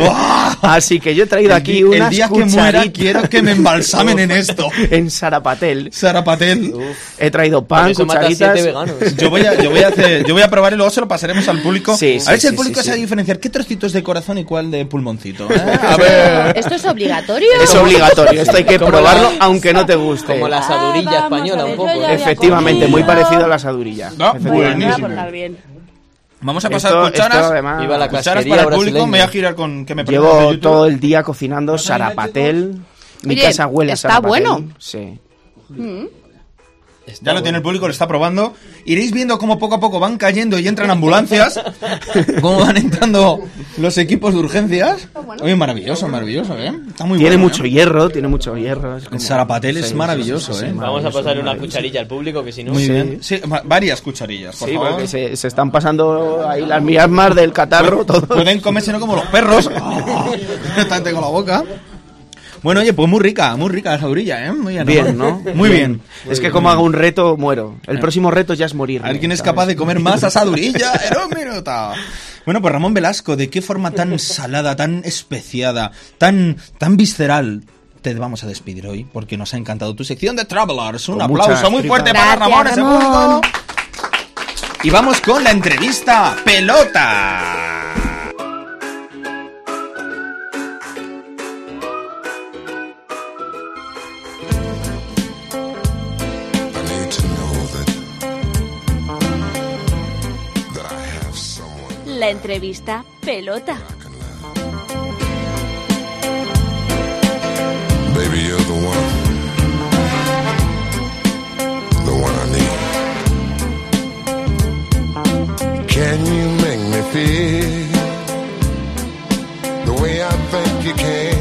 Speaker 2: ¡Ah!
Speaker 9: Así que yo he traído
Speaker 2: El di-
Speaker 9: aquí
Speaker 2: el
Speaker 9: unas
Speaker 2: día que muera
Speaker 9: cucharitas
Speaker 2: quiero que me embalsamen en esto.
Speaker 9: en sarapatel.
Speaker 2: Sarapatel.
Speaker 9: He traído
Speaker 4: Por
Speaker 9: pan,
Speaker 4: eso mata a
Speaker 9: cucharitas.
Speaker 4: siete veganos.
Speaker 2: Yo voy, a, yo, voy a hacer- yo voy a probar y luego se lo pasaremos al público.
Speaker 9: Sí, sí,
Speaker 2: a ver si el
Speaker 9: sí,
Speaker 2: público
Speaker 9: sí,
Speaker 2: sabe
Speaker 9: sí.
Speaker 2: diferenciar qué trocitos de corazón y cuál de pulmoncito. ¿eh? A
Speaker 3: Esto-
Speaker 2: ver.
Speaker 3: ¿Esto es obligatorio?
Speaker 9: Es obligatorio, esto hay que
Speaker 4: Como
Speaker 9: probarlo
Speaker 4: la-
Speaker 9: aunque no te guste.
Speaker 4: Como la
Speaker 3: Ah,
Speaker 4: sadurilla
Speaker 3: vamos
Speaker 4: española,
Speaker 3: a
Speaker 4: un
Speaker 3: ver,
Speaker 4: poco.
Speaker 3: yo ya había
Speaker 9: Efectivamente, muy
Speaker 3: comido.
Speaker 9: parecido a la sadurilla.
Speaker 2: Ah,
Speaker 9: Efectivamente.
Speaker 3: Voy a
Speaker 2: buenísimo.
Speaker 3: portar bien.
Speaker 2: Vamos a pasar
Speaker 9: Esto, esto,
Speaker 2: cucharas.
Speaker 9: además,
Speaker 4: Iba la
Speaker 2: cucharas
Speaker 4: casquería
Speaker 2: para el público.
Speaker 4: brasileña.
Speaker 2: Me voy a girar con que me pregunten de
Speaker 9: Llevo
Speaker 2: YouTube.
Speaker 9: todo el día cocinando sarapatel. Mi
Speaker 3: Oye,
Speaker 9: casa huele a
Speaker 3: está
Speaker 9: sarapatel.
Speaker 3: bueno.
Speaker 9: Sí.
Speaker 2: Ya lo tiene el público, lo está probando. Iréis viendo cómo poco a poco van cayendo y entran ambulancias. cómo van entrando los equipos de urgencias. Oye, maravilloso, maravilloso, ¿eh? Está muy
Speaker 9: tiene
Speaker 2: bueno,
Speaker 9: mucho
Speaker 2: ¿eh?
Speaker 9: hierro, tiene mucho hierro. es como-
Speaker 2: sarapatel es maravilloso, ¿eh?
Speaker 4: Vamos a pasar una
Speaker 9: maravilloso.
Speaker 4: cucharilla al público, que si no.
Speaker 2: Muy bien. Sí, va- varias cucharillas, por
Speaker 9: Sí,
Speaker 2: favor.
Speaker 9: porque se, se están pasando ahí las miasmas del catarro, todo.
Speaker 2: Pueden comérselo como los perros. Tanto con la boca. Bueno, oye, pues muy rica, muy rica la saurilla, ¿eh? Muy
Speaker 9: Bien, ¿no?
Speaker 2: Muy bien.
Speaker 9: Es que como hago un reto, muero. El próximo reto ya Eh. es morir.
Speaker 2: A ver quién es capaz de comer más asadurilla en un minuto. Bueno, pues Ramón Velasco, ¿de qué forma tan salada, tan especiada, tan, tan visceral te vamos a despedir hoy? Porque nos ha encantado tu sección de Travelers. Un
Speaker 9: Con
Speaker 2: aplauso
Speaker 9: muchas
Speaker 2: muy fuerte
Speaker 9: tripas.
Speaker 2: para Ramón,
Speaker 3: Gracias,
Speaker 2: ese
Speaker 3: Ramón.
Speaker 2: público. Y vamos con la entrevista Pelota.
Speaker 7: need to know that that I have someone.
Speaker 1: La entrevista pelota.
Speaker 7: Baby, you're the one. The one I need. Can you make me feel the way I think you can?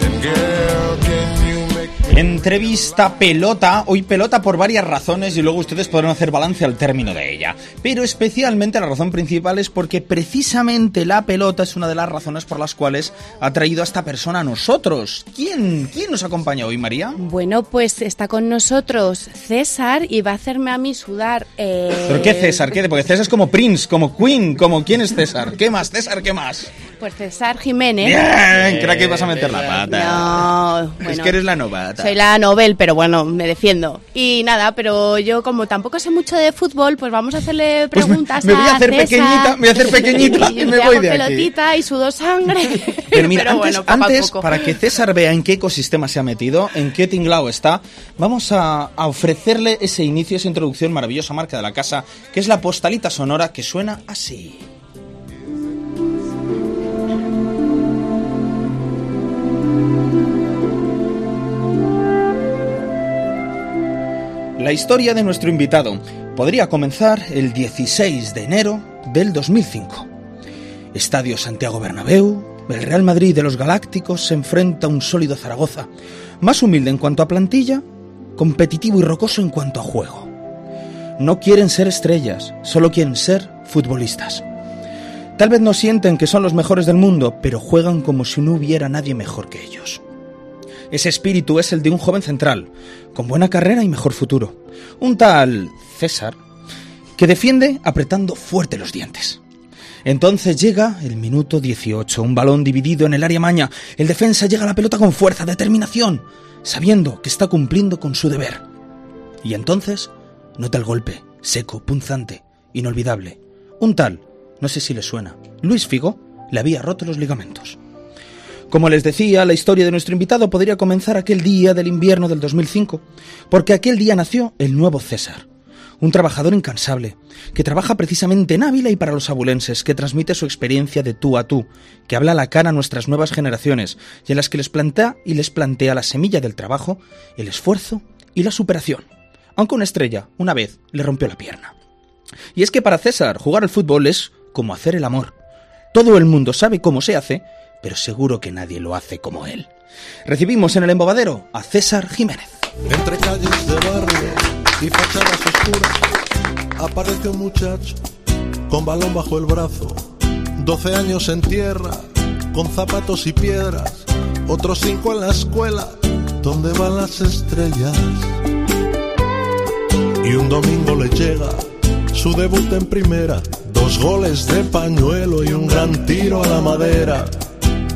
Speaker 7: And girl, can you make
Speaker 2: Entrevista pelota, hoy pelota por varias razones y luego ustedes podrán hacer balance al término de ella. Pero especialmente la razón principal es porque precisamente la pelota es una de las razones por las cuales ha traído a esta persona a nosotros. ¿Quién, quién nos acompaña hoy, María?
Speaker 3: Bueno, pues está con nosotros César y va a hacerme a mí sudar. eh,
Speaker 2: ¿Pero qué César? ¿Qué? Porque César es como Prince, como Queen, como ¿quién es César? ¿Qué más, César? ¿Qué más?
Speaker 3: Pues César Jiménez.
Speaker 2: Bien, creo que ibas a meter la pata.
Speaker 3: No,
Speaker 2: es
Speaker 3: bueno,
Speaker 2: que eres la novata.
Speaker 3: soy la Nobel, pero bueno, me defiendo. Y nada, pero yo como tampoco sé mucho de fútbol, pues vamos a hacerle
Speaker 2: Pues me-
Speaker 3: preguntas
Speaker 2: me voy a hacer
Speaker 3: César.
Speaker 2: pequeñita, me voy a hacer pequeñita y me
Speaker 3: hago
Speaker 2: voy de aquí.
Speaker 3: pelotita y sudo sangre.
Speaker 2: Pero mira, antes,
Speaker 3: bueno, poco a
Speaker 2: antes,
Speaker 3: poco.
Speaker 2: para que César vea en qué ecosistema se ha metido, en qué tinglao está, vamos a, a ofrecerle ese inicio, esa introducción maravillosa marca de la casa, que es la postalita sonora que suena así. La historia de nuestro invitado podría comenzar el 16 de enero del 2005. Estadio Santiago Bernabéu, el Real Madrid de los Galácticos se enfrenta a un sólido Zaragoza, más humilde en cuanto a plantilla, competitivo y rocoso en cuanto a juego. No quieren ser estrellas, solo quieren ser futbolistas. Tal vez no sienten que son los mejores del mundo, pero juegan como si no hubiera nadie mejor que ellos. Ese espíritu es el de un joven central, con buena carrera y mejor futuro. Un tal César, que defiende apretando fuerte los dientes. Entonces llega el minuto 18, un balón dividido en el área maña. El defensa llega a la pelota con fuerza, determinación, sabiendo que está cumpliendo con su deber. Y entonces nota el golpe, seco, punzante, inolvidable. Un tal, no sé si le suena, Luis Figo, le había roto los ligamentos. Como les decía, la historia de nuestro invitado podría comenzar aquel día del invierno del 2005, porque aquel día nació el nuevo César, un trabajador incansable, que trabaja precisamente en Ávila y para los abulenses, que transmite su experiencia de tú a tú, que habla a la cara a nuestras nuevas generaciones y en las que les plantea y les plantea la semilla del trabajo, el esfuerzo y la superación. Aunque una estrella, una vez, le rompió la pierna. Y es que para César, jugar al fútbol es como hacer el amor. Todo el mundo sabe cómo se hace, pero seguro que nadie lo hace como él. Recibimos en el embobadero a César Jiménez.
Speaker 7: Entre calles de barrio y fachadas oscuras aparece un muchacho con balón bajo el brazo, 12 años en tierra, con zapatos y piedras, otros cinco en la escuela, donde van las estrellas. Y un domingo le llega su debut en primera, dos goles de pañuelo y un gran tiro a la madera.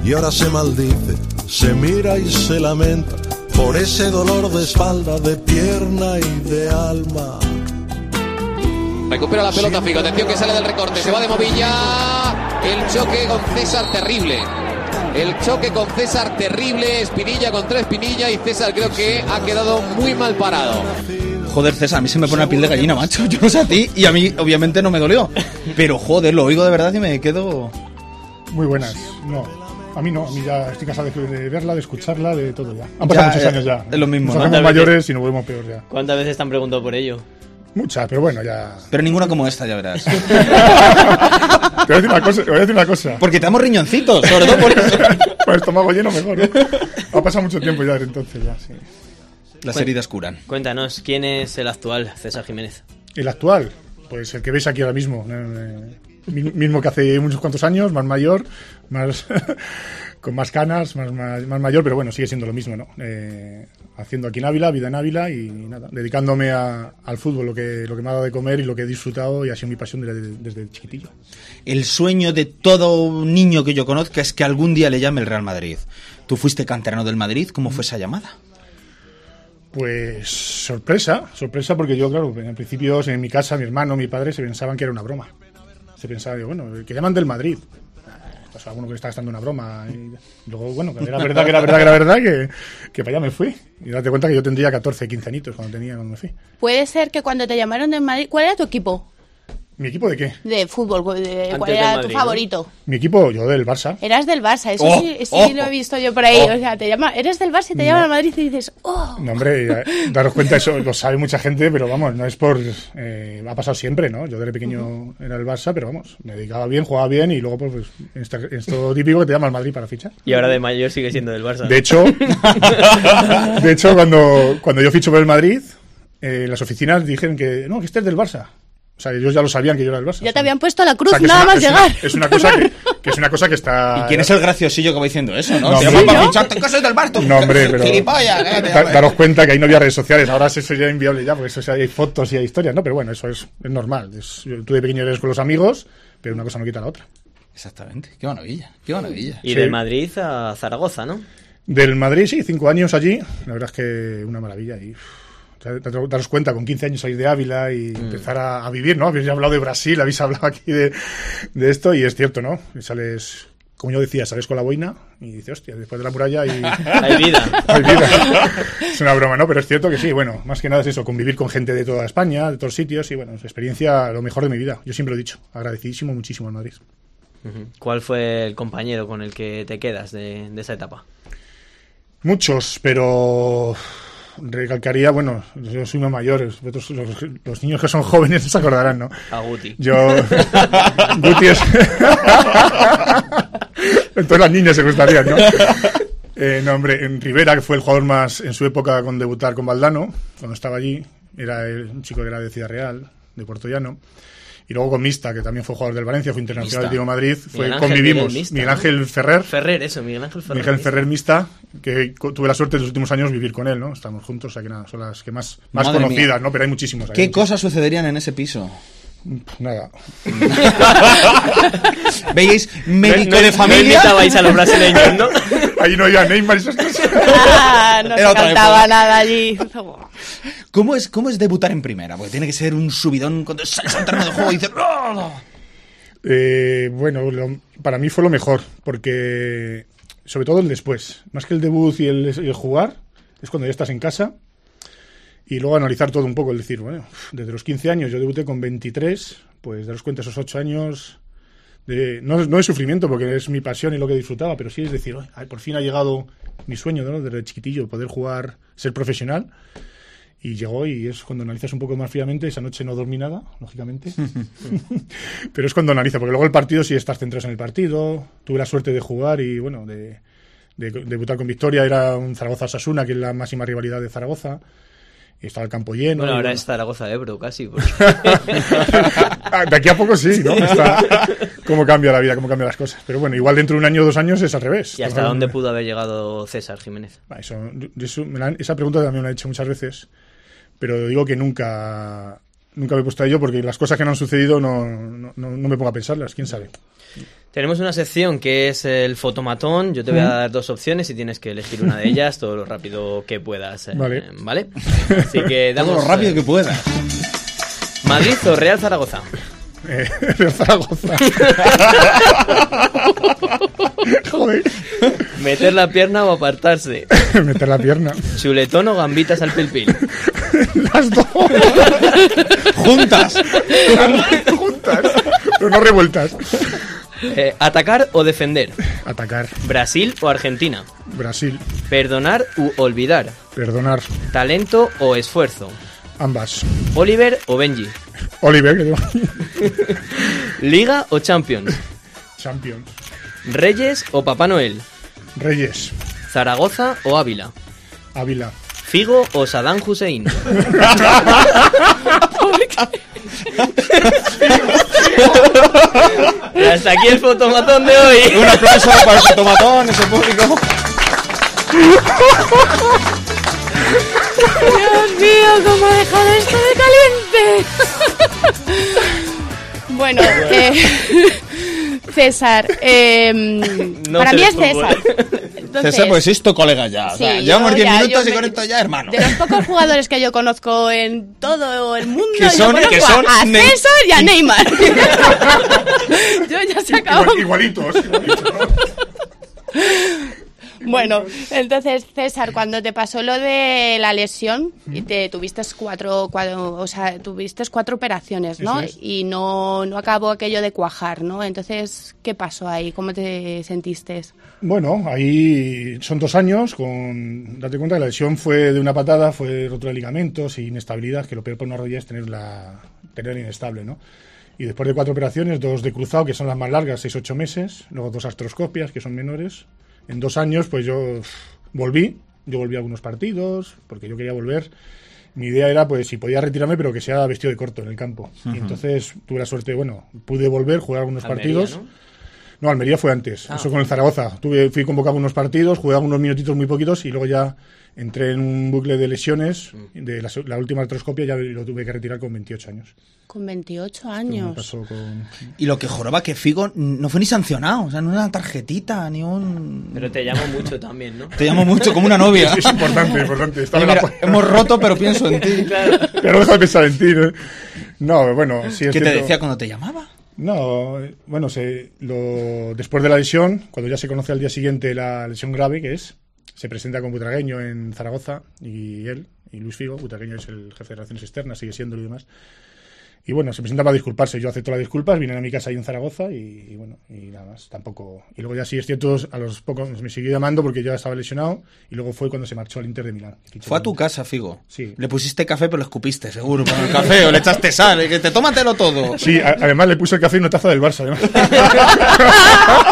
Speaker 7: Y ahora se maldice, se mira y se lamenta por ese dolor de espalda, de pierna y de alma.
Speaker 10: Recupera la pelota Figo, atención que sale del recorte, se va de Movilla, el choque con César terrible. El choque con César terrible, Espinilla contra Espinilla y César creo que ha quedado muy mal parado.
Speaker 2: Joder, César, a mí se me pone la piel de gallina, macho. Yo no sé a ti y a mí obviamente no me dolió. Pero joder, lo oigo de verdad y me quedo...
Speaker 11: Muy buenas. No, a mí no, a mí ya estoy cansado de, de verla, de escucharla, de todo ya. Han
Speaker 2: Ya,
Speaker 11: pasado muchos
Speaker 2: eh,
Speaker 11: años ya.
Speaker 2: es lo mismo,
Speaker 11: Nos
Speaker 2: ¿no?
Speaker 11: hacemos
Speaker 4: Tal vez-
Speaker 11: mayores y nos volvemos peor ya.
Speaker 4: ¿Cuántas veces te han preguntado por ello?
Speaker 11: Muchas, pero bueno, ya.
Speaker 2: Pero ninguna como esta, ya verás.
Speaker 11: Te voy a decir una cosa. Te voy a decir una cosa.
Speaker 2: Porque te damos riñoncitos,
Speaker 4: Pues
Speaker 2: sobre todo por eso.
Speaker 11: Con el estómago lleno mejor,
Speaker 9: ¿eh?
Speaker 11: ¿no? Ha pasado mucho tiempo ya desde entonces, ya, sí.
Speaker 2: Las heridas curan.
Speaker 4: Cuéntanos, ¿quién es el actual César Jiménez?
Speaker 11: El actual, pues el que veis aquí ahora mismo. eh, mi- Mismo que hace unos cuantos años, más mayor, más con más canas, más, más, más mayor, pero bueno, sigue siendo lo mismo, ¿no? Eh, haciendo aquí en Ávila, vida en Ávila y nada, dedicándome a- al fútbol, lo que, lo que me ha dado de comer y lo que he disfrutado y ha sido mi pasión desde, desde chiquitillo.
Speaker 2: El sueño de todo niño que yo conozca es que algún día le llame el Real Madrid. Tú fuiste canterano del Madrid, ¿cómo fue esa llamada?
Speaker 11: Pues sorpresa, sorpresa porque yo, claro, en principio en mi casa, mi hermano, mi padre se pensaban que era una broma. Se pensaba, digo, bueno, que llaman del Madrid.
Speaker 9: pasó Pues alguno que estaba gastando una broma. Y luego, bueno, que era verdad, que era verdad, que era verdad, que, que para allá me fui. Y date cuenta que yo tendría 14, 15 añitos cuando, tenía, cuando me fui.
Speaker 3: Puede ser que cuando te llamaron de Madrid, ¿cuál era tu equipo?
Speaker 9: ¿Mi equipo de qué?
Speaker 3: De fútbol, cu- de- ¿cuál
Speaker 9: del
Speaker 3: era tu
Speaker 9: Madrid, ¿no?
Speaker 3: favorito?
Speaker 9: Mi equipo, yo del Barça.
Speaker 3: Eras del Barça, eso
Speaker 9: Oh,
Speaker 3: sí, sí
Speaker 9: oh,
Speaker 3: lo he visto yo por ahí.
Speaker 9: oh.
Speaker 3: O sea, te llama, eres del Barça y te
Speaker 9: No.
Speaker 3: llaman a Madrid y dices, ¡oh!
Speaker 9: No, hombre, eh, daros cuenta, eso lo sabe mucha gente, pero vamos, no es por. eh, ha pasado siempre, ¿no? Yo desde pequeño era el Barça, pero vamos, me dedicaba bien, jugaba bien y luego, pues, pues, esta- esto típico que te llama al Madrid para fichar.
Speaker 4: Y ahora de mayor sigue siendo del Barça. ¿no?
Speaker 9: De hecho, de hecho cuando, cuando yo ficho por el Madrid, eh, las oficinas dijeron que no, que este es del Barça. O sea, ellos ya lo sabían que yo era del Barça.
Speaker 3: Ya te habían puesto la
Speaker 9: O
Speaker 3: cruz,
Speaker 9: sea, que es
Speaker 3: nada
Speaker 9: una-
Speaker 3: más
Speaker 9: es una-
Speaker 3: llegar.
Speaker 9: es una cosa que, que es una cosa que está.
Speaker 2: ¿Y quién es el graciosillo que va diciendo eso, no?
Speaker 9: Ah, No,
Speaker 2: Te
Speaker 9: hombre.
Speaker 2: llaman para
Speaker 9: ¿Yo?
Speaker 2: ficharte, que soy del Barça.
Speaker 9: No, hombre, pero.
Speaker 2: Gilipollas, eh, te
Speaker 9: Da-
Speaker 2: llaman.
Speaker 9: daros cuenta que ahí no había redes sociales, ahora eso ya es inviable ya, porque eso ya hay fotos y hay historias, ¿no? Pero bueno, eso es, es normal. Es- tú de pequeño eres con los amigos, pero una cosa no quita la otra.
Speaker 2: Exactamente. Qué maravilla, qué maravilla.
Speaker 4: Y de Madrid a Zaragoza, ¿no?
Speaker 9: Del Madrid, sí, cinco años allí. La verdad es que una maravilla. Y uff, te- te- te- daros cuenta, con 15 años salir de Ávila y empezar a, a vivir, ¿no? Habéis hablado de Brasil, habéis hablado aquí de, de esto, y es cierto, ¿no? Y sales, como yo decía, sales con la boina y dices, hostia, después de la muralla y...
Speaker 4: Hay vida.
Speaker 9: Hay vida. Es una broma, ¿no? Pero es cierto que sí, bueno, más que nada es eso, convivir con gente de toda España, de todos sitios, y bueno, es experiencia lo mejor de mi vida. Yo siempre lo he dicho, agradecidísimo muchísimo al Madrid.
Speaker 4: ¿Cuál fue el compañero con el que te quedas de, de esa etapa?
Speaker 9: Muchos, pero recalcaría, bueno, yo soy uno mayor, vosotros- los, los niños que son jóvenes se acordarán, ¿no?
Speaker 4: A Guti.
Speaker 9: Yo. Guti es. Entonces las niñas se gustarían, ¿no? Eh, no, hombre, en Rivera, que fue el jugador más en su época con debutar con Valdano, cuando estaba allí, era el- un chico que era de Ciudad Real, de Puerto Llano. Y luego con Mista, que también fue jugador del Valencia, fue internacional
Speaker 4: Mista.
Speaker 9: del Atlético de Madrid, fue,
Speaker 4: Miguel Ángel,
Speaker 9: convivimos.
Speaker 4: Mista,
Speaker 9: Miguel
Speaker 4: ¿no?
Speaker 9: Ángel Ferrer,
Speaker 4: Ferrer, eso, Miguel Ángel Ferrer.
Speaker 9: Miguel Ferrer Mista, que co- tuve la suerte en los últimos años vivir con él, ¿no? Estamos juntos, o sea que nada, son las que más, más
Speaker 2: Madre mía.
Speaker 9: conocidas, ¿no? Pero hay muchísimos. hay
Speaker 2: ¿Qué
Speaker 9: muchísimos.
Speaker 2: cosas sucederían en ese piso?
Speaker 9: Nada.
Speaker 2: ¿Veis? Médico de familia.
Speaker 9: Ahí no había Neymar y esas cosas.
Speaker 3: Ah, no
Speaker 2: Era
Speaker 3: se
Speaker 2: otra
Speaker 3: cantaba
Speaker 2: época.
Speaker 3: nada allí.
Speaker 2: ¿Cómo es, ¿Cómo es debutar en primera? Porque tiene que ser un subidón cuando sales al terreno de juego y dices... "Oh".
Speaker 9: Eh, bueno, lo- para mí fue lo mejor, porque sobre todo el después, más que el debut y el, y el jugar, es cuando ya estás en casa y luego analizar todo un poco, el decir, bueno, desde los 15 años yo debuté con 23, pues daros cuenta esos 8 años, de, no, no de sufrimiento porque es mi pasión y lo que disfrutaba, pero sí es decir, "Ay, por fin ha llegado mi sueño ¿no? desde chiquitillo, poder jugar, ser profesional. Y llegó y es cuando analizas un poco más fríamente, esa noche no dormí nada, lógicamente. Pero es cuando analiza, porque luego el partido sí estás centrado en el partido. Tuve la suerte de jugar y, bueno, de, de debutar con victoria. Era un Zaragoza-Sasuna, que es la máxima rivalidad de Zaragoza. Y estaba el campo lleno.
Speaker 4: bueno,
Speaker 9: y,
Speaker 4: ahora es Zaragoza Ebro, casi. porque-
Speaker 9: Ah, De aquí a poco sí, ¿no? Está- cómo cambia la vida, cómo cambian las cosas. Pero bueno, igual dentro de un año o dos años es al revés.
Speaker 4: ¿Y hasta
Speaker 9: Estamos-
Speaker 4: dónde pudo haber llegado César Jiménez?
Speaker 9: Ah, eso- yo- eso me la han- esa pregunta también me la han hecho muchas veces, pero digo que nunca, nunca me he puesto a ello porque las cosas que no han sucedido no, no, no- no me pongo a pensarlas, quién sabe.
Speaker 4: Tenemos una sección que es el fotomatón. Yo te voy a
Speaker 9: Ujú.
Speaker 4: dar dos opciones y tienes que elegir una de ellas todo lo rápido que puedas. eh,
Speaker 2: Vale.
Speaker 4: ¿Vale? Así que
Speaker 2: Todo
Speaker 4: damos.
Speaker 2: lo rápido
Speaker 4: eh,
Speaker 2: que puedas.
Speaker 4: Madrid o Real Zaragoza.
Speaker 9: Eh, Real Zaragoza. Joder.
Speaker 4: Meter la pierna o apartarse.
Speaker 9: Meter la pierna.
Speaker 4: Chuletón o gambitas al pilpil.
Speaker 9: Las dos.
Speaker 2: Juntas.
Speaker 9: Juntas. Pero no revueltas.
Speaker 4: Eh, atacar o defender.
Speaker 9: Atacar.
Speaker 4: Brasil o Argentina.
Speaker 9: Brasil.
Speaker 4: Perdonar u olvidar.
Speaker 9: Perdonar.
Speaker 4: Talento o esfuerzo.
Speaker 9: Ambas.
Speaker 4: Oliver o Benji.
Speaker 9: Oliver, que digo.
Speaker 4: Liga o Champions.
Speaker 9: Champions.
Speaker 4: Reyes o Papá Noel.
Speaker 9: Reyes.
Speaker 4: Zaragoza o Ávila.
Speaker 9: Ávila.
Speaker 4: Figo o Saddam Hussein. Y hasta aquí el fotomatón de hoy.
Speaker 2: Un aplauso para el fotomatón, ese público.
Speaker 3: Dios mío, cómo ha dejado esto de caliente. Bueno, eh, César, eh,
Speaker 4: No
Speaker 3: para mí
Speaker 4: sé
Speaker 3: es
Speaker 4: de fútbol.
Speaker 3: César. Entonces,
Speaker 2: César, pues esto colega ya. o sea,
Speaker 3: Sí,
Speaker 2: llevamos
Speaker 3: yo
Speaker 2: 10
Speaker 3: ya,
Speaker 2: minutos
Speaker 3: yo
Speaker 2: y con
Speaker 3: me-
Speaker 2: esto ya, hermano.
Speaker 3: de los pocos jugadores que yo conozco en todo el mundo,
Speaker 2: Que
Speaker 3: yo
Speaker 2: son-
Speaker 3: conozco
Speaker 2: que son
Speaker 3: a
Speaker 2: Ne-
Speaker 3: César y a Neymar. yo ya se acabó.
Speaker 9: igualitos.
Speaker 3: Bueno, entonces César, cuando te pasó lo de la lesión, y te tuviste cuatro, cuatro- o sea, tuviste cuatro operaciones, ¿no?
Speaker 12: Eso es.
Speaker 3: Y no, no acabó aquello de cuajar, ¿no? Entonces, ¿qué pasó ahí? ¿Cómo te sentiste?
Speaker 9: Bueno, ahí son dos años con... Date cuenta que la lesión fue de una patada, fue rotura de ligamentos y inestabilidad, que lo peor para una rodilla es tenerla, tenerla inestable, ¿no? Y después de cuatro operaciones, dos de cruzado, que son las más largas, seis, ocho meses, luego dos astroscopias, que son menores. En dos años, pues yo uf, volví, yo volví a algunos partidos, porque yo quería volver. Mi idea era, pues, si podía retirarme, pero que sea vestido de corto en el campo.
Speaker 2: Ujú.
Speaker 9: Y entonces tuve la suerte, bueno, pude volver, jugar algunos
Speaker 2: Almería,
Speaker 9: partidos.
Speaker 2: ¿no? Ah,
Speaker 9: No, Almería fue antes. Eso con el Zaragoza. Tuve, fui convocado a unos partidos, jugué unos minutitos muy poquitos y luego ya entré en un bucle de lesiones.
Speaker 2: Mm.
Speaker 9: De la, se- la última artroscopia ya lo tuve que retirar con 28 años.
Speaker 3: Con 28
Speaker 2: Pues
Speaker 9: Esto me
Speaker 3: años.
Speaker 9: pasó con-
Speaker 2: Y lo que joroba que Figo no fue ni sancionado, o sea, no una tarjetita, ni un...
Speaker 4: Pero te llamo mucho también, ¿no?
Speaker 2: Te llamo mucho, como una novia.
Speaker 9: Es importante, importante. Estaba
Speaker 2: Oye,
Speaker 9: en
Speaker 2: mira,
Speaker 9: la puerta.
Speaker 2: hemos roto, Eh, pero pienso en ti.
Speaker 9: Pero deja de pensar en ti. ¿eh? No, bueno, sí es
Speaker 2: ¿Qué te
Speaker 9: cierto.
Speaker 2: decía cuando te llamaba?
Speaker 9: No, eh, bueno, se, lo, después de la lesión, cuando ya se conoce al día siguiente la lesión grave que es, se presenta con Butragueño en Zaragoza y él, y Luis Figo, Butragueño es el jefe de relaciones externas, sigue siendo y demás. Y bueno, se presenta para disculparse, yo acepto las disculpas, vienen a mi casa ahí en Zaragoza y, y bueno, y nada más, tampoco. Y luego ya sí es cierto, a los pocos me siguió llamando porque yo ya estaba lesionado y luego fue cuando se marchó al Inter de Milán.
Speaker 2: Fue a tu casa, Figo.
Speaker 9: Sí.
Speaker 2: Le pusiste café, pero lo escupiste, seguro, con el café, o le echaste sal, eh, que te tómatelo todo.
Speaker 9: Sí, a- además le puse el café y una taza del Barça, además.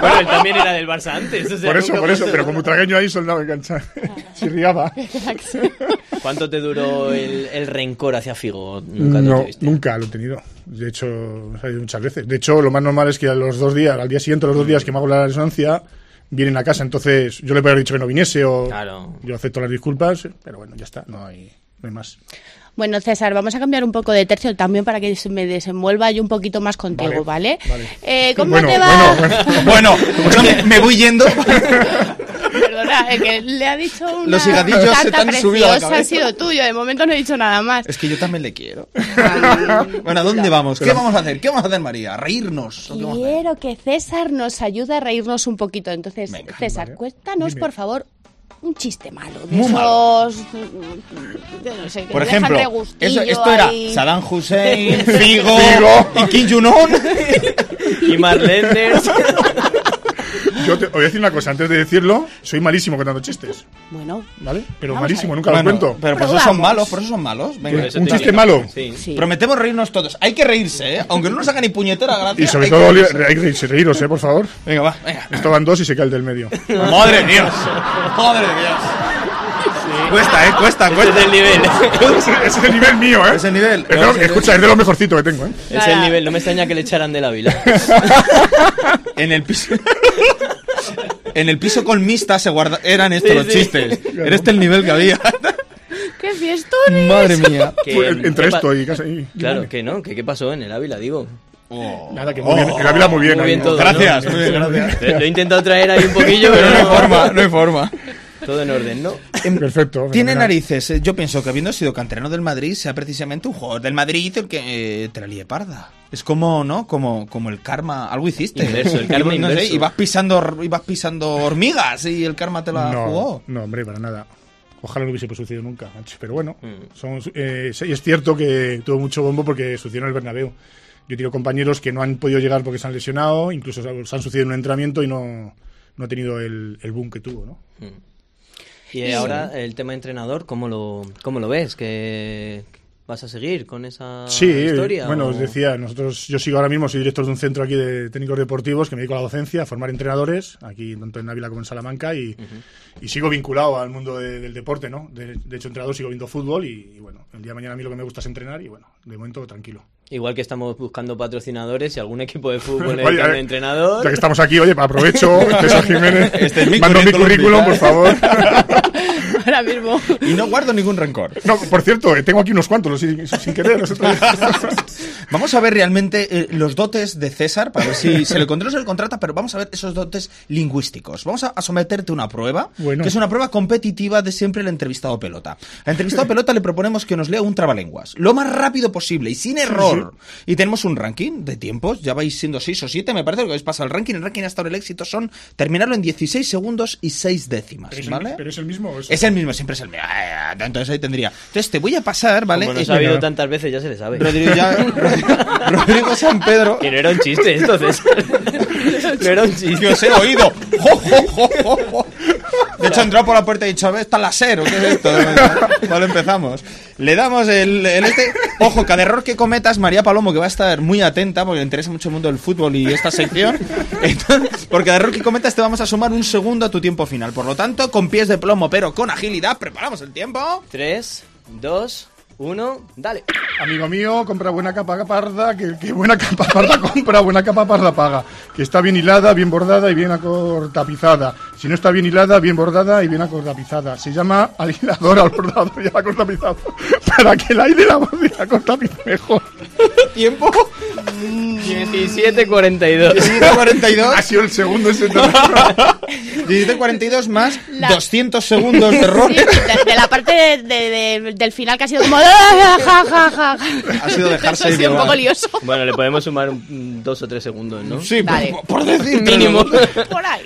Speaker 4: Bueno, él también era del Barça antes. o sea,
Speaker 9: por eso,
Speaker 4: nunca
Speaker 9: por eso,
Speaker 4: pasó.
Speaker 9: pero como tragueño ahí soldado en cancha. Chirriaba.
Speaker 4: ¿Cuánto te duró el, el rencor hacia Figo? Nunca te
Speaker 9: No,
Speaker 4: tuviste.
Speaker 9: nunca lo he tenido. De hecho, o sea, muchas veces. De hecho, lo más normal es que a los dos días, al día siguiente, a los dos días que me hago la resonancia, vienen a casa. Entonces, yo le podría haber dicho que no viniese o yo acepto las disculpas, pero bueno, ya está, no hay, no hay más.
Speaker 3: Bueno, César, vamos a cambiar un poco de tercio también para que se me desenvuelva yo un poquito más contigo, ¿vale? Eh, ¿Cómo
Speaker 2: Bueno,
Speaker 3: te va?
Speaker 2: Bueno, yo me- me voy yendo.
Speaker 3: Perdona, es que le ha dicho una
Speaker 2: Los higadillos se te
Speaker 3: carta
Speaker 2: han subido a la
Speaker 3: preciosa,
Speaker 2: cabeza.
Speaker 3: ha sido tuyo, de momento no he dicho nada más.
Speaker 2: Es que yo también le quiero. Bueno, ¿a dónde vamos? ¿Qué
Speaker 3: Pero-
Speaker 2: vamos a hacer? ¿Qué vamos a hacer, María? ¿A reírnos? ¿O qué vamos a hacer?
Speaker 3: Quiero que César nos ayude a reírnos un poquito. Entonces, César, cuéntanos, por favor, un chiste malo. De
Speaker 2: Muy
Speaker 3: esos,
Speaker 2: malo.
Speaker 3: Yo no sé, que
Speaker 2: Por
Speaker 3: te dejan
Speaker 2: ejemplo,
Speaker 3: regustillo
Speaker 2: eso- esto era
Speaker 3: ahí.
Speaker 2: Saddam Hussein, Figo,
Speaker 9: Figo.
Speaker 2: y Kim Jong-un.
Speaker 4: Y Marlene.
Speaker 9: Yo te, os voy a decir una cosa, antes de decirlo, soy malísimo contando chistes.
Speaker 3: Bueno.
Speaker 9: ¿Vale? Pero
Speaker 2: Vamos
Speaker 9: malísimo,
Speaker 2: a ver.
Speaker 9: nunca lo
Speaker 2: Bueno,
Speaker 9: cuento.
Speaker 2: Pero por eso son malos, por eso son malos. Venga.
Speaker 9: ¿Un chiste malo? Sí.
Speaker 2: Prometemos reírnos todos. Hay que reírse, ¿eh? Aunque no nos haga ni puñetera gracia.
Speaker 9: Y sobre
Speaker 2: hay que
Speaker 9: todo, Oliver,
Speaker 2: reírse.
Speaker 9: hay que reírse, reíros, ¿eh? Por favor.
Speaker 2: Venga, va, venga.
Speaker 9: Esto van dos y se cae el del medio.
Speaker 2: Madre de Dios. Madre de Dios. Cuesta, ¿eh? Cuesta, cuesta.
Speaker 4: es el nivel.
Speaker 9: Ese es el nivel mío, ¿eh?
Speaker 2: Es el nivel.
Speaker 9: Es de lo- escucha, es de lo mejorcito que tengo, ¿eh?
Speaker 4: Es el nivel, no me extraña que le echaran de la vila.
Speaker 2: En el piso. En el piso colmista se guarda... eran estos
Speaker 4: Sí,
Speaker 2: los
Speaker 4: sí.
Speaker 2: chistes. Era este el nivel que había.
Speaker 3: ¡Qué fiestones!
Speaker 2: Madre mía.
Speaker 9: Pues, entre esto y casa- y- Oh,
Speaker 4: Claro, que no, que qué pasó en el Ávila, digo.
Speaker 2: Oh.
Speaker 9: Nada, que muy bien, el Ávila muy bien,
Speaker 4: Muy bien
Speaker 9: amigo.
Speaker 4: todo,
Speaker 9: Gracias,
Speaker 4: ¿no?
Speaker 9: muy bien, gracias.
Speaker 4: Lo he intentado traer ahí un poquillo, pero no hay
Speaker 2: forma, no hay forma.
Speaker 4: Todo en orden, ¿no?
Speaker 9: Perfecto.
Speaker 2: Tiene
Speaker 9: fenomenal.
Speaker 2: narices. eh, Yo pienso que habiendo sido canterano del Madrid, sea precisamente un jugador del Madrid el que eh, te la líe parda. Es como, ¿no? Como, como el karma. Algo hiciste.
Speaker 4: Inverso, el karma
Speaker 2: Y, no sé,
Speaker 4: inverso.
Speaker 2: y vas pisando, y vas pisando hormigas y el karma te la
Speaker 9: No,
Speaker 2: jugó.
Speaker 9: no, hombre, para nada. Ojalá no hubiese sucedido nunca, macho. Pero bueno, son- eh, sí, es cierto que tuvo mucho bombo porque sucedió en el Bernabéu. Yo tengo compañeros que no han podido llegar porque se han lesionado, incluso se han- se han sucedido en un entrenamiento y no, no ha tenido el, el boom que tuvo, ¿no?
Speaker 4: Y eh, ahora el tema entrenador, ¿cómo lo, cómo lo ves? ¿Que vas a seguir con esa
Speaker 9: Sí,
Speaker 4: historia?
Speaker 9: bueno,
Speaker 4: o-
Speaker 9: os decía, nosotros, yo sigo ahora mismo, soy director de un centro aquí de técnicos deportivos que me dedico a la docencia, a formar entrenadores, aquí tanto en Ávila como en Salamanca, y, y sigo vinculado al mundo de- del deporte, ¿no? De, de hecho, entrenador sigo viendo fútbol y, y bueno, el día de mañana a mí lo que me gusta es entrenar y bueno, de momento tranquilo.
Speaker 4: Igual que estamos buscando patrocinadores y algún equipo de fútbol
Speaker 9: Oye,
Speaker 4: necesita un
Speaker 9: eh,
Speaker 4: entrenador.
Speaker 9: Ya que estamos aquí, oye, aprovecho, César Jiménez,
Speaker 2: Este es mi
Speaker 9: mando mi
Speaker 2: currículum
Speaker 9: currículum, por favor.
Speaker 3: ahora mismo.
Speaker 2: Y no guardo ningún rencor.
Speaker 9: No, por cierto, eh, tengo aquí unos cuantos, los sin, sin querer. los he traído.
Speaker 2: Vamos a ver realmente eh, los dotes de César, para ver si se le contrata o se le contrata, pero vamos a ver esos dotes lingüísticos. Vamos a, a someterte a una prueba,
Speaker 9: Bueno.
Speaker 2: que es una prueba competitiva de siempre el entrevistado pelota. Al entrevistado pelota le proponemos que nos lea un trabalenguas, lo más rápido posible y sin error. Y tenemos un ranking de tiempos, ya vais siendo 6 o 7, me parece lo que habéis pasado. El ranking, el ranking hasta ahora el éxito son terminarlo en 16 segundos y 6 décimas,
Speaker 9: Pero es el-
Speaker 2: ¿vale?
Speaker 9: pero es el mismo. o es-
Speaker 2: Es el mismo, siempre es el mismo. Ah, Entonces ahí tendría. Entonces te voy a pasar, ¿vale?
Speaker 4: Como
Speaker 2: Eh,
Speaker 4: nos ha habido tantas veces, ya se le sabe.
Speaker 2: Rodrigo, ya- Rodrigo San Pedro.
Speaker 4: Que no era un chiste esto, César. No era un chiste.
Speaker 2: Que os he oído. Jo, jo, jo, jo, jo. De hecho, entró por la puerta y dicho, a ver, está la cero. ¿Qué es esto? Vale, empezamos. Le damos el, el este. Ojo, cada error que cometas, María Palomo, que va a estar muy atenta porque le interesa mucho el mundo del fútbol y esta sección. Entonces, por cada error que cometas, te vamos a sumar un segundo a tu tiempo final. Por lo tanto, con pies de plomo, pero con agilidad, preparamos el tiempo.
Speaker 4: 3, 2, 1, dale.
Speaker 9: Amigo mío, compra buena capa parda, que, que buena capa parda compra, buena capa parda paga. Que está bien hilada, bien bordada y bien acortapizada. Si no está bien hilada, bien bordada y bien acortapizada. Se llama al hilador, al bordador y al acortapizado. Para que el aire la borde y la acortapice mejor.
Speaker 2: Tiempo.
Speaker 4: 17, 42.
Speaker 2: 17.42.
Speaker 9: Ha sido el segundo ese.
Speaker 2: 17.42 más
Speaker 3: La-
Speaker 2: 200 segundos de error.
Speaker 3: Sí, de, de la parte de- de- de- del final que ha sido como. "Ah, ja, ja, ja, ja".
Speaker 2: Ha sido dejarse
Speaker 3: Eso ha sido un
Speaker 2: llevar.
Speaker 3: poco lioso.
Speaker 4: Bueno, le podemos sumar un- un dos o tres segundos, ¿no?
Speaker 2: Sí,
Speaker 3: Vale.
Speaker 2: por, por decir
Speaker 4: Mínimo.
Speaker 3: Por ahí.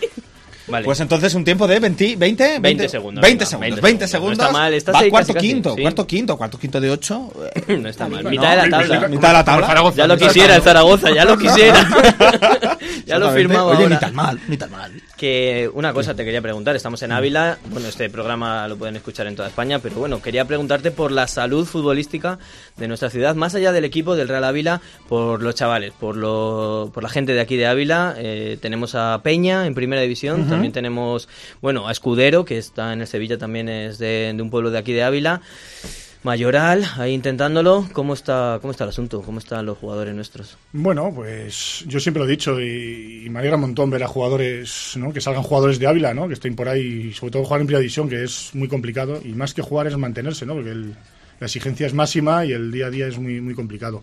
Speaker 4: Vale.
Speaker 2: Pues entonces un tiempo de 20, 20, 20,
Speaker 4: 20 segundos,
Speaker 2: 20
Speaker 4: venga,
Speaker 2: segundos,
Speaker 4: 20
Speaker 2: 20
Speaker 4: segundos.
Speaker 2: segundos.
Speaker 4: No está mal, estás
Speaker 2: Va
Speaker 4: ahí
Speaker 2: cuarto,
Speaker 4: casi, casi,
Speaker 2: quinto,
Speaker 4: sí.
Speaker 2: cuarto, quinto, cuarto, quinto de 8.
Speaker 4: no está mal. Mitad de la tabla.
Speaker 2: Mitad de la tabla.
Speaker 4: Ya lo quisiera el Zaragoza, ya lo quisiera. ya lo
Speaker 2: Exactamente.
Speaker 4: firmaba
Speaker 2: Oye,
Speaker 4: ahora.
Speaker 2: ni tan mal, ni tan mal.
Speaker 4: Que una cosa te quería preguntar, estamos en Ávila, bueno, este programa lo pueden escuchar en toda España, pero bueno, quería preguntarte por la salud futbolística de nuestra ciudad, más allá del equipo del Real Ávila, por los chavales, por, lo, por la gente de aquí de Ávila, eh, tenemos a Peña en primera división, también tenemos, bueno, a Escudero, que está en el Sevilla, también es de, de un pueblo de aquí de Ávila, Mayoral, ahí intentándolo, ¿cómo está, cómo está el asunto? ¿Cómo están los jugadores nuestros?
Speaker 9: Bueno, pues yo siempre lo he dicho y, y me alegra un montón ver a jugadores, ¿no? Que salgan jugadores de Ávila, ¿no? Que estén por ahí, y sobre todo jugar en primera división, que es muy complicado y más que jugar es mantenerse, ¿no? Porque el- la exigencia es máxima y el día a día es muy, muy complicado.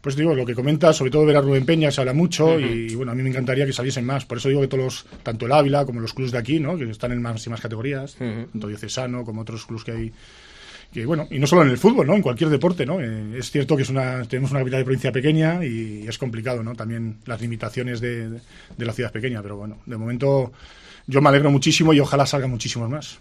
Speaker 9: Pues digo, lo que comenta, sobre todo ver a Rubén Peña, que se habla mucho y, bueno, a mí me encantaría que saliesen más. Por eso digo que todos, los- tanto el Ávila como los clubes de aquí, ¿no? Que están en máximas categorías, tanto Diocesano como otros clubes que hay que bueno, y no solo en el fútbol, ¿no? En cualquier deporte, ¿no? Eh, es cierto que es una, tenemos una capital de provincia pequeña y es complicado, ¿no? También las limitaciones de, de la ciudad pequeña, pero bueno, de momento yo me alegro muchísimo y ojalá salgan muchísimos más.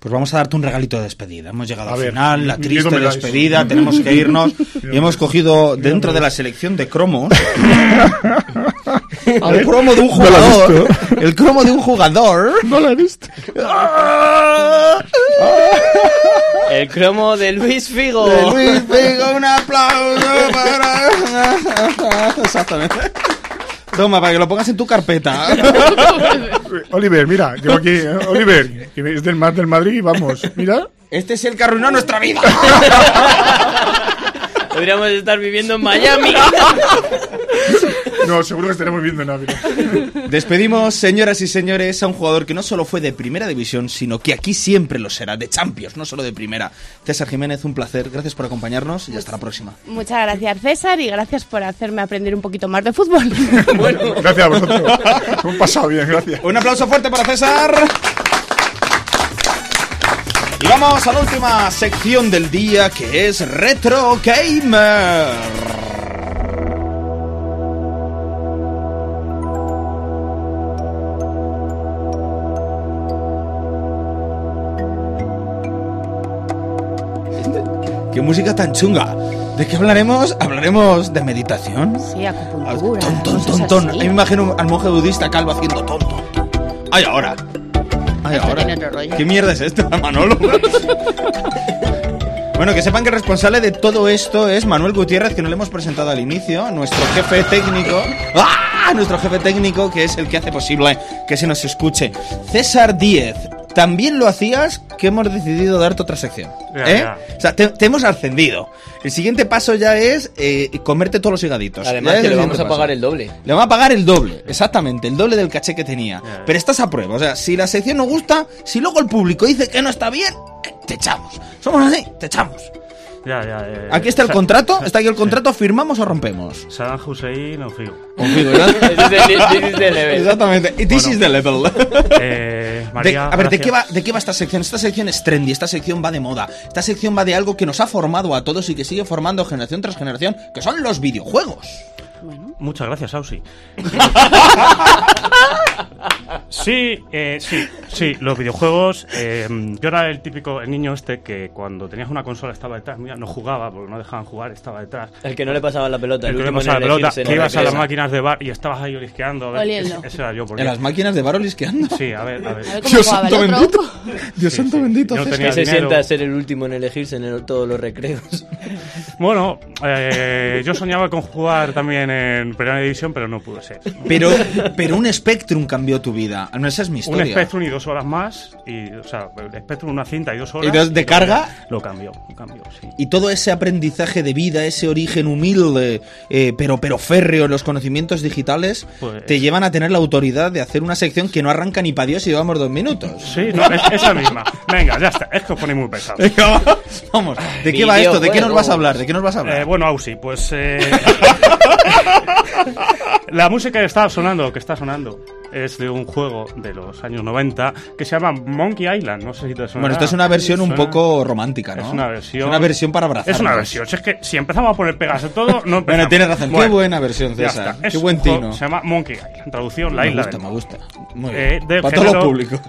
Speaker 2: Pues vamos a darte un regalito de despedida. Hemos llegado
Speaker 9: A
Speaker 2: al
Speaker 9: ver,
Speaker 2: final, la
Speaker 9: mi-
Speaker 2: triste
Speaker 9: miedo me dais.
Speaker 2: despedida, tenemos que irnos.
Speaker 9: Miedo
Speaker 2: y hemos
Speaker 9: me-
Speaker 2: cogido dentro
Speaker 9: me
Speaker 2: de la
Speaker 9: dais.
Speaker 2: selección de cromos a un cromo de un
Speaker 9: No lo he
Speaker 2: jugador. El cromo de un jugador.
Speaker 9: No lo he visto.
Speaker 4: El cromo de Luis Figo.
Speaker 2: De Luis Figo, un aplauso para... Exactamente. Toma, para que lo pongas en tu carpeta.
Speaker 9: Eh, Oliver, mira, llevo aquí, eh, Oliver, que es del más del Madrid, vamos, mira.
Speaker 2: Este es el que arruinó nuestra vida.
Speaker 4: Podríamos estar viviendo en Miami.
Speaker 9: No, seguro que estaremos viendo en Ávila.
Speaker 2: Despedimos, señoras y señores, a un jugador que no solo fue de primera división, sino que aquí siempre lo será, de Champions, no solo de primera. César Jiménez, un placer. Gracias por acompañarnos y hasta la próxima.
Speaker 3: Muchas gracias, César, y gracias por hacerme aprender un poquito más de fútbol.
Speaker 9: Gracias a vosotros. Hemos pasado bien, gracias.
Speaker 2: Un aplauso fuerte para César. Y vamos a la última sección del día que es Retro Gamer. Este, Qué música tan chunga. ¿De qué hablaremos? Hablaremos de meditación.
Speaker 3: Sí,
Speaker 2: Ah,
Speaker 3: acupuntura.
Speaker 2: Ton, ton,
Speaker 3: cosas
Speaker 2: ton, ton.
Speaker 3: así.
Speaker 2: Ahí me imagino al monje budista calvo haciendo ton, ton, ton. ¡Ay, ahora! ¡Ay,
Speaker 3: Esto
Speaker 2: ahora!
Speaker 3: tiene otro rollo.
Speaker 2: ¿Qué mierda es esta, Manolo? Bueno, que sepan que el responsable de todo esto es Manuel Gutiérrez, que no le hemos presentado al inicio, nuestro jefe técnico. ¡Ah! Nuestro jefe técnico, que es el que hace posible que se nos escuche. César Díez, También lo hacías que hemos decidido darte otra sección.
Speaker 13: Ya,
Speaker 2: ¿eh?
Speaker 13: ya.
Speaker 2: O sea, te, te hemos ascendido. El siguiente paso ya es eh, comerte todos los higaditos.
Speaker 4: Además,
Speaker 2: Ya es
Speaker 4: que le
Speaker 2: el
Speaker 4: vamos
Speaker 2: siguiente
Speaker 4: a pagar
Speaker 2: paso.
Speaker 4: el doble.
Speaker 2: Le van a pagar el doble, exactamente, el doble del caché que tenía. Pero estás a prueba, o sea, si la sección no gusta, si luego el público dice que no está bien, eh, te echamos. Somos así, te echamos.
Speaker 13: Ya, ya, eh,
Speaker 2: Aquí está el
Speaker 13: Sa-
Speaker 2: contrato,
Speaker 13: Sa-
Speaker 2: está aquí el contrato, firmamos o rompemos.
Speaker 13: Saddam Hussein o Figo.
Speaker 2: Conmigo, ¿verdad? Exactamente. Y this is the level.
Speaker 13: Eh,
Speaker 2: De-
Speaker 13: María,
Speaker 2: a ver, ¿de
Speaker 13: gracias.
Speaker 2: qué, va, ¿de qué va esta sección? Esta sección es trendy, esta sección va de moda, esta sección va de algo que nos ha formado a todos y que sigue formando generación tras generación, que son los videojuegos.
Speaker 13: Muchas gracias, Ausi. Sí, eh, sí, sí, los videojuegos. eh, yo era el típico el niño este que cuando tenías una consola estaba detrás, mira, no jugaba porque no dejaban jugar, estaba detrás.
Speaker 4: El que no le pasaban la pelota,
Speaker 13: El,
Speaker 4: el
Speaker 13: que no le
Speaker 4: último en
Speaker 13: pasaba la pelota,
Speaker 4: elegirse,
Speaker 13: que
Speaker 4: no
Speaker 13: ibas a
Speaker 4: regresa.
Speaker 13: las máquinas de bar y estabas ahí olisqueando. A ver,
Speaker 4: Oliendo.
Speaker 13: ese era yo. Porque...
Speaker 2: ¿En las máquinas de Barolis que andan?
Speaker 13: Sí, a ver, a ver.
Speaker 2: Dios santo bendito. Dios santo bendito.
Speaker 13: Yo
Speaker 2: César.
Speaker 13: tenía
Speaker 4: que se
Speaker 13: dinero.
Speaker 4: sienta a ser el último en elegirse en el- todos los recreos.
Speaker 13: Bueno, eh, yo soñaba con jugar también en Primera División, pero no pudo ser.
Speaker 2: Pero, pero un Spectrum cambió tu vida. No, esa es mi
Speaker 13: un
Speaker 2: historia.
Speaker 13: Spectrum y dos horas más, y, o sea, el Spectrum una cinta y dos horas.
Speaker 2: ¿Y dos de
Speaker 13: lo
Speaker 2: carga?
Speaker 13: cambió, Lo cambió, lo cambió, sí.
Speaker 2: Y todo ese aprendizaje de vida, ese origen humilde, eh, pero, pero férreo, en los conocimientos digitales,
Speaker 13: Pues-
Speaker 2: te llevan a tener la autoridad de hacer una sección que no arranca ni para Dios si llevamos dos minutos.
Speaker 13: Sí, no, es- esa misma. Venga, ya está, es que os ponéis muy pesados.
Speaker 2: Vamos, ¿de qué va esto? ¿De qué nos vas a hablar? ¿De qué nos vas a
Speaker 13: Eh,
Speaker 2: hablar?
Speaker 13: bueno, Ausi, pues. eh, la música que está sonando, que está sonando, es de un juego de los años 90 que se llama Monkey Island. No sé si te suena.
Speaker 2: Bueno, esta es una versión un
Speaker 13: Suena-
Speaker 2: poco romántica, ¿no?
Speaker 13: Es una versión.
Speaker 2: Es una versión para abrazar.
Speaker 13: Es una versión. Si es que si empezamos a poner pegas de todo, no empezamos.
Speaker 2: Bueno, tienes razón. Qué buena versión, César.
Speaker 13: ya está. Es
Speaker 2: Qué buen
Speaker 13: un juego
Speaker 2: tino.
Speaker 13: que Se llama Monkey Island. Traducción, la
Speaker 2: Me
Speaker 13: isla.
Speaker 2: gusta,
Speaker 13: del-
Speaker 2: me gusta. Muy
Speaker 13: Eh,
Speaker 2: bien.
Speaker 13: del
Speaker 2: Para todos los
Speaker 13: género-
Speaker 2: públicos.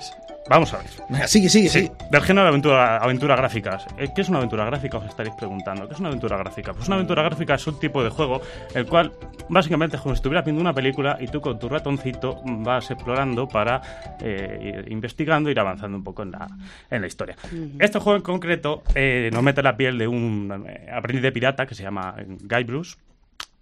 Speaker 13: Vamos a ver.
Speaker 2: Venga, sigue, sigue,
Speaker 13: Sí,
Speaker 2: sigue.
Speaker 13: Del género de aventura, aventura gráficas. Eh, ¿Qué es una aventura gráfica? Os estaréis preguntando. ¿Qué es una aventura gráfica? Pues una aventura gráfica es un tipo de juego el cual básicamente es como si estuvieras viendo una película y tú con tu ratoncito vas explorando para eh, ir investigando, ir avanzando un poco en la, en la historia. Este juego en concreto eh, nos mete la piel de un eh, aprendiz de pirata que se llama eh, Guy Bruce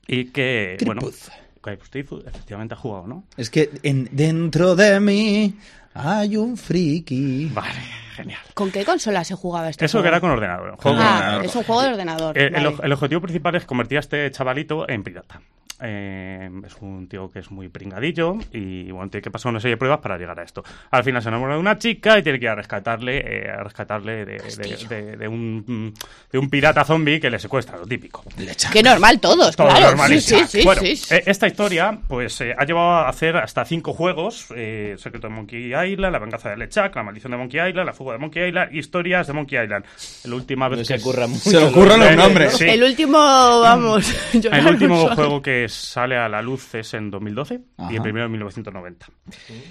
Speaker 13: y que, bueno... Guy Bruce, efectivamente ha jugado, ¿no?
Speaker 2: Es que en- dentro de mí hay un friki.
Speaker 13: Vale, genial.
Speaker 3: ¿Con qué consola se jugaba esto?
Speaker 13: Eso que era con ordenador. Este Juego con
Speaker 3: Ah,
Speaker 13: ordenador.
Speaker 3: es un juego de ordenador.
Speaker 13: Eh, el,
Speaker 3: vale.
Speaker 13: oj- el objetivo principal es convertir a este chavalito en pirata. Eh, es un tío que es muy pringadillo y bueno, tiene que pasar una serie de pruebas para llegar a esto. Al final se enamora de una chica y tiene que ir a rescatarle, eh, a rescatarle de, de- de- de un, de un pirata zombie que le secuestra, lo típico.
Speaker 3: Que normal todos,
Speaker 13: Todo
Speaker 3: claro. Sí,
Speaker 13: normalísimo.
Speaker 3: sí, sí,
Speaker 13: Bueno,
Speaker 3: sí, sí.
Speaker 13: eh, esta historia pues eh, ha llevado a hacer hasta cinco juegos: eh, Secreto de Monkey Island, La venganza de Lechak, La maldición de Monkey Island, La fuga de Monkey Island, Historias de Monkey Island. La última vez
Speaker 4: se
Speaker 13: que Eh,
Speaker 4: ocurra mucho
Speaker 2: Se le ocurren los nombres.
Speaker 13: Sí.
Speaker 3: El último, vamos. yo
Speaker 13: El
Speaker 3: no
Speaker 13: último
Speaker 3: soy.
Speaker 13: juego que sale a la luz es en 2012
Speaker 2: Ajá.
Speaker 13: y el primero en 1990.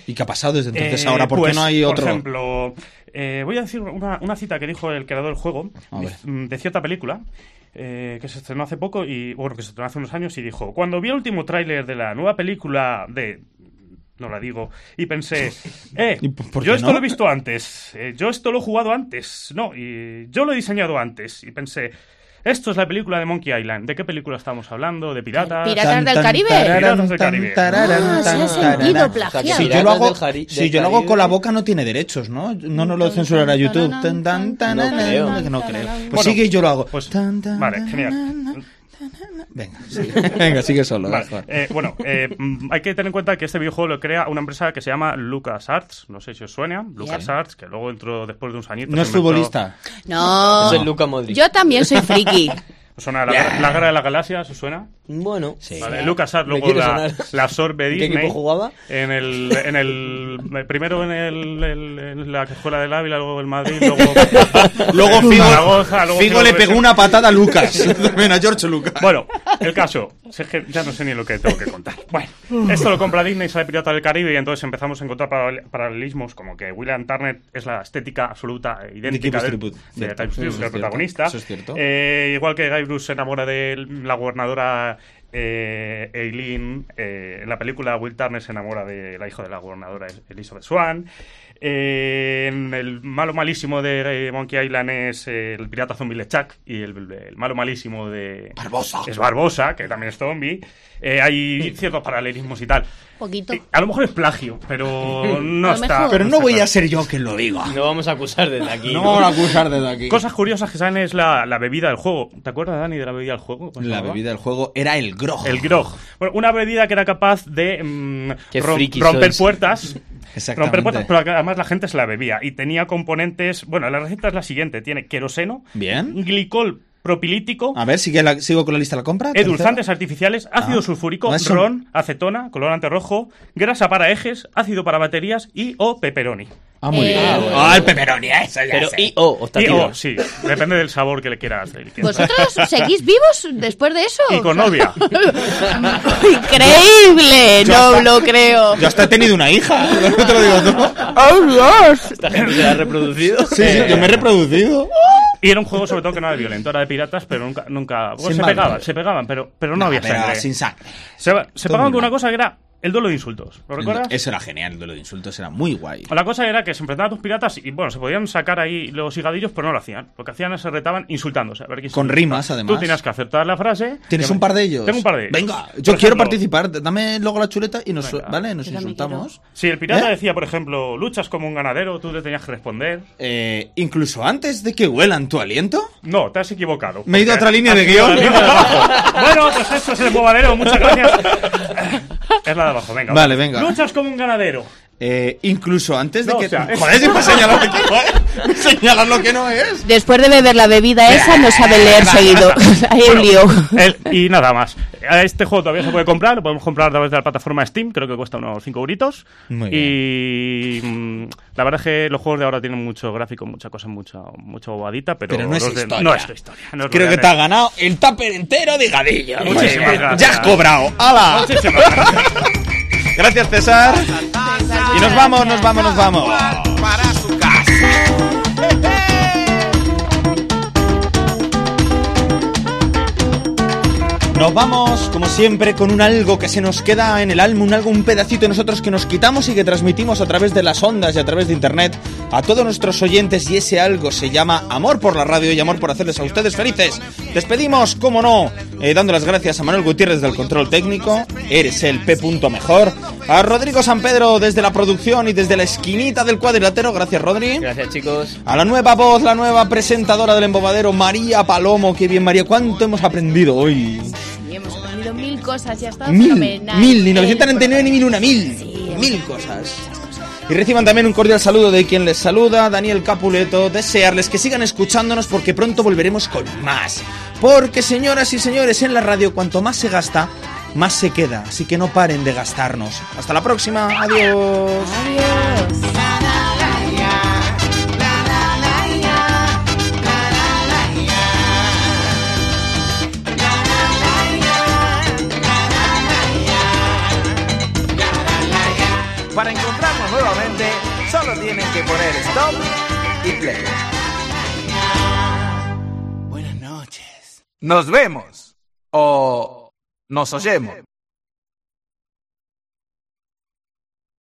Speaker 2: ¿Y qué ha pasado desde entonces
Speaker 13: Eh,
Speaker 2: ahora? ¿Por
Speaker 13: pues,
Speaker 2: qué no hay otro?
Speaker 13: Por ejemplo, eh, voy a decir una, una cita que dijo el creador del juego mm,
Speaker 2: A ver.
Speaker 13: de, de cierta película eh, que se estrenó hace poco y bueno, que se estrenó hace unos años y dijo, cuando vi el último tráiler de la nueva película de no la digo, y pensé, eh,
Speaker 2: ¿Y por- por
Speaker 13: yo
Speaker 2: qué
Speaker 13: esto
Speaker 2: no?
Speaker 13: lo he visto antes, eh, yo esto lo he jugado antes, no, y yo lo he diseñado antes, y pensé, esto es la película de Monkey Island, ¿de qué película estamos hablando? ¿De piratas?
Speaker 3: Piratas del Caribe.
Speaker 13: Piratas del Caribe.
Speaker 3: Ah, se ha sentido plagiado.
Speaker 2: Si yo lo hago,
Speaker 4: Piratas del Jari-
Speaker 2: si
Speaker 4: del
Speaker 2: yo lo hago
Speaker 4: Caribe.
Speaker 2: con la boca no tiene derechos, ¿no? No nos lo censurará YouTube. Tan, tan, tan,
Speaker 4: No
Speaker 2: tan, tan,
Speaker 4: creo.
Speaker 2: que No creo. Pues
Speaker 13: Bueno,
Speaker 2: sigue y yo lo hago.
Speaker 13: pues,
Speaker 2: Tan, tan,
Speaker 13: vale,
Speaker 2: tan,
Speaker 13: genial.
Speaker 2: tan, tan. Venga, sigue. Venga, sigue solo.
Speaker 13: Vale,
Speaker 2: mejor.
Speaker 13: eh, bueno, eh, mm, hay que tener en cuenta que este videojuego lo crea una empresa que se llama LucasArts, no sé si os suena, LucasArts, que luego entró después de unos añitos.
Speaker 2: No es
Speaker 13: inventó-
Speaker 2: futbolista.
Speaker 3: No.
Speaker 4: Es el Luka Modric.
Speaker 3: Yo también soy friki.
Speaker 13: ¿Os suena la, la Guerra de las Galaxias? ¿Os suena?
Speaker 4: Bueno,
Speaker 13: Vale, LucasArts
Speaker 4: Me
Speaker 13: luego
Speaker 4: quiere
Speaker 13: la,
Speaker 4: sonar.
Speaker 13: la absorbe
Speaker 4: ¿En qué
Speaker 13: Disney.
Speaker 4: equipo jugaba?
Speaker 13: En el, en el, primero en, el, el- en la escuela del Ávila, luego el Madrid, luego,
Speaker 2: Luego
Speaker 13: en
Speaker 2: Figo,
Speaker 13: Zaragoza, luego
Speaker 2: Figo le pegó
Speaker 13: Recio.
Speaker 2: una patada a Lucas. Bueno, a George Lucas.
Speaker 13: Bueno, el caso, si es que ya no sé ni lo que tengo que contar. Bueno, esto lo compra Disney, sale Pirata del Caribe y entonces empezamos a encontrar paral- paralelismos como que William Turner es la estética absoluta e idéntica
Speaker 2: Gibbs
Speaker 13: del-
Speaker 2: Tribute,
Speaker 13: de
Speaker 2: cierto.
Speaker 13: Gibbs
Speaker 2: Eso
Speaker 13: Tribute,
Speaker 2: es
Speaker 13: del
Speaker 2: cierto,
Speaker 13: protagonista.
Speaker 2: eso es cierto.
Speaker 13: Eh, igual que Guy Bruce se enamora de la gobernadora eh, Eileen, eh, en la película Will Turner se enamora de la hija de la gobernadora Elizabeth Swan. Eh, en el malo malísimo de eh, Monkey Island es eh, el pirata zombie Lechak y el, el malo malísimo de... Barbosa. Es Barbosa, que también es zombie. Eh, hay ciertos paralelismos y tal.
Speaker 3: Poquito.
Speaker 13: A lo mejor es plagio, pero no
Speaker 3: A lo
Speaker 13: está.
Speaker 3: mejor.
Speaker 2: Pero no voy a
Speaker 13: claro.
Speaker 2: ser yo quien lo diga.
Speaker 4: No vamos a acusar desde aquí.
Speaker 2: No vamos a acusar desde aquí.
Speaker 13: Cosas curiosas que saben es la, la bebida del juego. ¿Te acuerdas, Dani, de la bebida del juego? ¿Cómo se
Speaker 2: Pues La
Speaker 13: llamaba?
Speaker 2: bebida del juego era el grog.
Speaker 13: El grog. Bueno, una bebida que era capaz de mm,
Speaker 2: Qué
Speaker 13: rom-
Speaker 2: friki
Speaker 13: romper
Speaker 2: sois.
Speaker 13: puertas.
Speaker 2: Exactamente.
Speaker 13: Romper puertas, pero además la gente se la bebía. Y tenía componentes. Bueno, la receta es la siguiente: tiene queroseno,
Speaker 2: Bien.
Speaker 13: glicol propilítico,
Speaker 2: A ver, sigue la- sigo con la lista de la compra.
Speaker 13: edulzantes artificiales, ácido
Speaker 2: Ah.
Speaker 13: sulfúrico,
Speaker 2: No, eso-
Speaker 13: ron, acetona, colorante rojo, grasa para ejes, ácido para baterías y o pepperoni.
Speaker 2: Ah, muy bien.
Speaker 4: Ah, bueno.
Speaker 2: Ah, el pepperoni, eso ya
Speaker 4: Pero
Speaker 2: sé.
Speaker 4: y o,
Speaker 13: Y
Speaker 4: optativo.
Speaker 13: o, sí, depende del sabor que le quieras. le quieras dar.
Speaker 3: ¿Vosotros seguís vivos después de eso?
Speaker 13: Y con novia.
Speaker 3: Increíble,
Speaker 2: Yo
Speaker 3: no
Speaker 2: hasta-
Speaker 3: lo creo.
Speaker 2: Yo hasta he tenido una hija. No te lo digo tú.
Speaker 3: ¡Oh, Dios!
Speaker 4: Esta gente se la ha reproducido.
Speaker 2: Sí, sí, yo me he reproducido.
Speaker 13: Y era un juego sobre todo que no era violento, era de piratas, pero nunca... nunca bueno,
Speaker 2: Sin
Speaker 13: se
Speaker 2: maldad.
Speaker 13: pegaban, se pegaban, pero, pero no,
Speaker 2: Nah,
Speaker 13: había
Speaker 2: Ah, pero
Speaker 13: sangre.
Speaker 2: sin sangre.
Speaker 13: Se, se
Speaker 2: Todo
Speaker 13: pagaban con
Speaker 2: muy
Speaker 13: una cosa que era el duelo de insultos. ¿Lo recuerdas?
Speaker 2: Eso era genial, lo de insultos era muy guay.
Speaker 13: La cosa era que se enfrentaban a dos piratas y, bueno, se podían sacar ahí los higadillos, pero no lo hacían. Lo que hacían es se retaban insultándose. A ver quién se
Speaker 2: Con
Speaker 13: insulta.
Speaker 2: rimas, además.
Speaker 13: Tú tenías que acertar la frase.
Speaker 2: ¿Tienes
Speaker 13: Que-
Speaker 2: un par de ellos?
Speaker 13: Tengo un par de ellos.
Speaker 2: Venga,
Speaker 13: Por
Speaker 2: yo quiero
Speaker 13: ejemplo,
Speaker 2: participar. Dame luego la chuleta y nos, ¿vale? nos insultamos.
Speaker 13: Si el pirata
Speaker 2: ¿Eh?
Speaker 13: decía, por ejemplo, luchas como un ganadero, tú le tenías que responder.
Speaker 2: Eh, incluso antes de que huelan tu aliento.
Speaker 13: No, te has equivocado.
Speaker 2: Me he ido a
Speaker 13: Porque
Speaker 2: otra línea
Speaker 13: has
Speaker 2: de
Speaker 13: ido a la
Speaker 2: guión.
Speaker 13: línea de abajo. bueno, pues esto es el bobadero, muchas gracias. Es la de abajo, venga.
Speaker 2: Vale, venga.
Speaker 13: Luchas como un ganadero.
Speaker 2: Eh, incluso antes de
Speaker 13: No,
Speaker 2: que.
Speaker 13: o sea, es-
Speaker 2: Joder, siempre señalas lo que, joder, señalas lo que no es.
Speaker 3: Después de beber la bebida esa, no sabe leer seguido. Hay un
Speaker 13: Bueno,
Speaker 3: lío.
Speaker 13: el- y nada más. A Este juego todavía se puede comprar, lo podemos comprar a través de la plataforma Steam, creo que cuesta unos 5 euritos.
Speaker 2: Muy
Speaker 13: Y mm, la verdad es que los juegos de ahora tienen mucho gráfico, mucha cosa, mucha, mucha bobadita, pero,
Speaker 2: Pero no es
Speaker 13: los de-
Speaker 2: historia.
Speaker 13: no es historia. no
Speaker 2: Creo
Speaker 13: es
Speaker 2: que
Speaker 13: realmente-
Speaker 2: te has ganado el tupper entero de gadillo. eh,
Speaker 13: Muchísimas gracias.
Speaker 2: Ya has cobrado. ¡Hala!
Speaker 13: Muchísimas gracias.
Speaker 2: Gracias, César. Y nos vamos, nos vamos, nos vamos.
Speaker 14: para su casa.
Speaker 2: Nos vamos, como siempre, con un algo que se nos queda en el alma, un algo, un pedacito de nosotros que nos quitamos y que transmitimos a través de las ondas y a través de internet a todos nuestros oyentes. Y ese algo se llama amor por la radio y amor por hacerles a ustedes felices. Despedimos, como no, eh, dando las gracias a Manuel Gutiérrez del control técnico, eres el P. Mejor, a Rodrigo San Pedro desde la producción y desde la esquinita del cuadrilátero. Gracias, Rodri.
Speaker 4: Gracias, chicos.
Speaker 2: A la nueva voz, la nueva presentadora del embobadero, María Palomo. Qué bien, María, cuánto hemos aprendido hoy.
Speaker 3: Y hemos aprendido mil cosas y ha estado
Speaker 2: Mil,
Speaker 3: fenomenal.
Speaker 2: mil, ni 999 ni mil una, mil. mil cosas. Y reciban también un cordial saludo de quien les saluda, Daniel Capuleto. Desearles que sigan escuchándonos porque pronto volveremos con más. Porque, señoras y señores, en la radio cuanto más se gasta, más se queda. Así que no paren de gastarnos. Hasta la próxima. Adiós.
Speaker 14: Para encontrarnos nuevamente, solo tienen que poner stop y play. Buenas noches. Nos vemos o nos oyemos.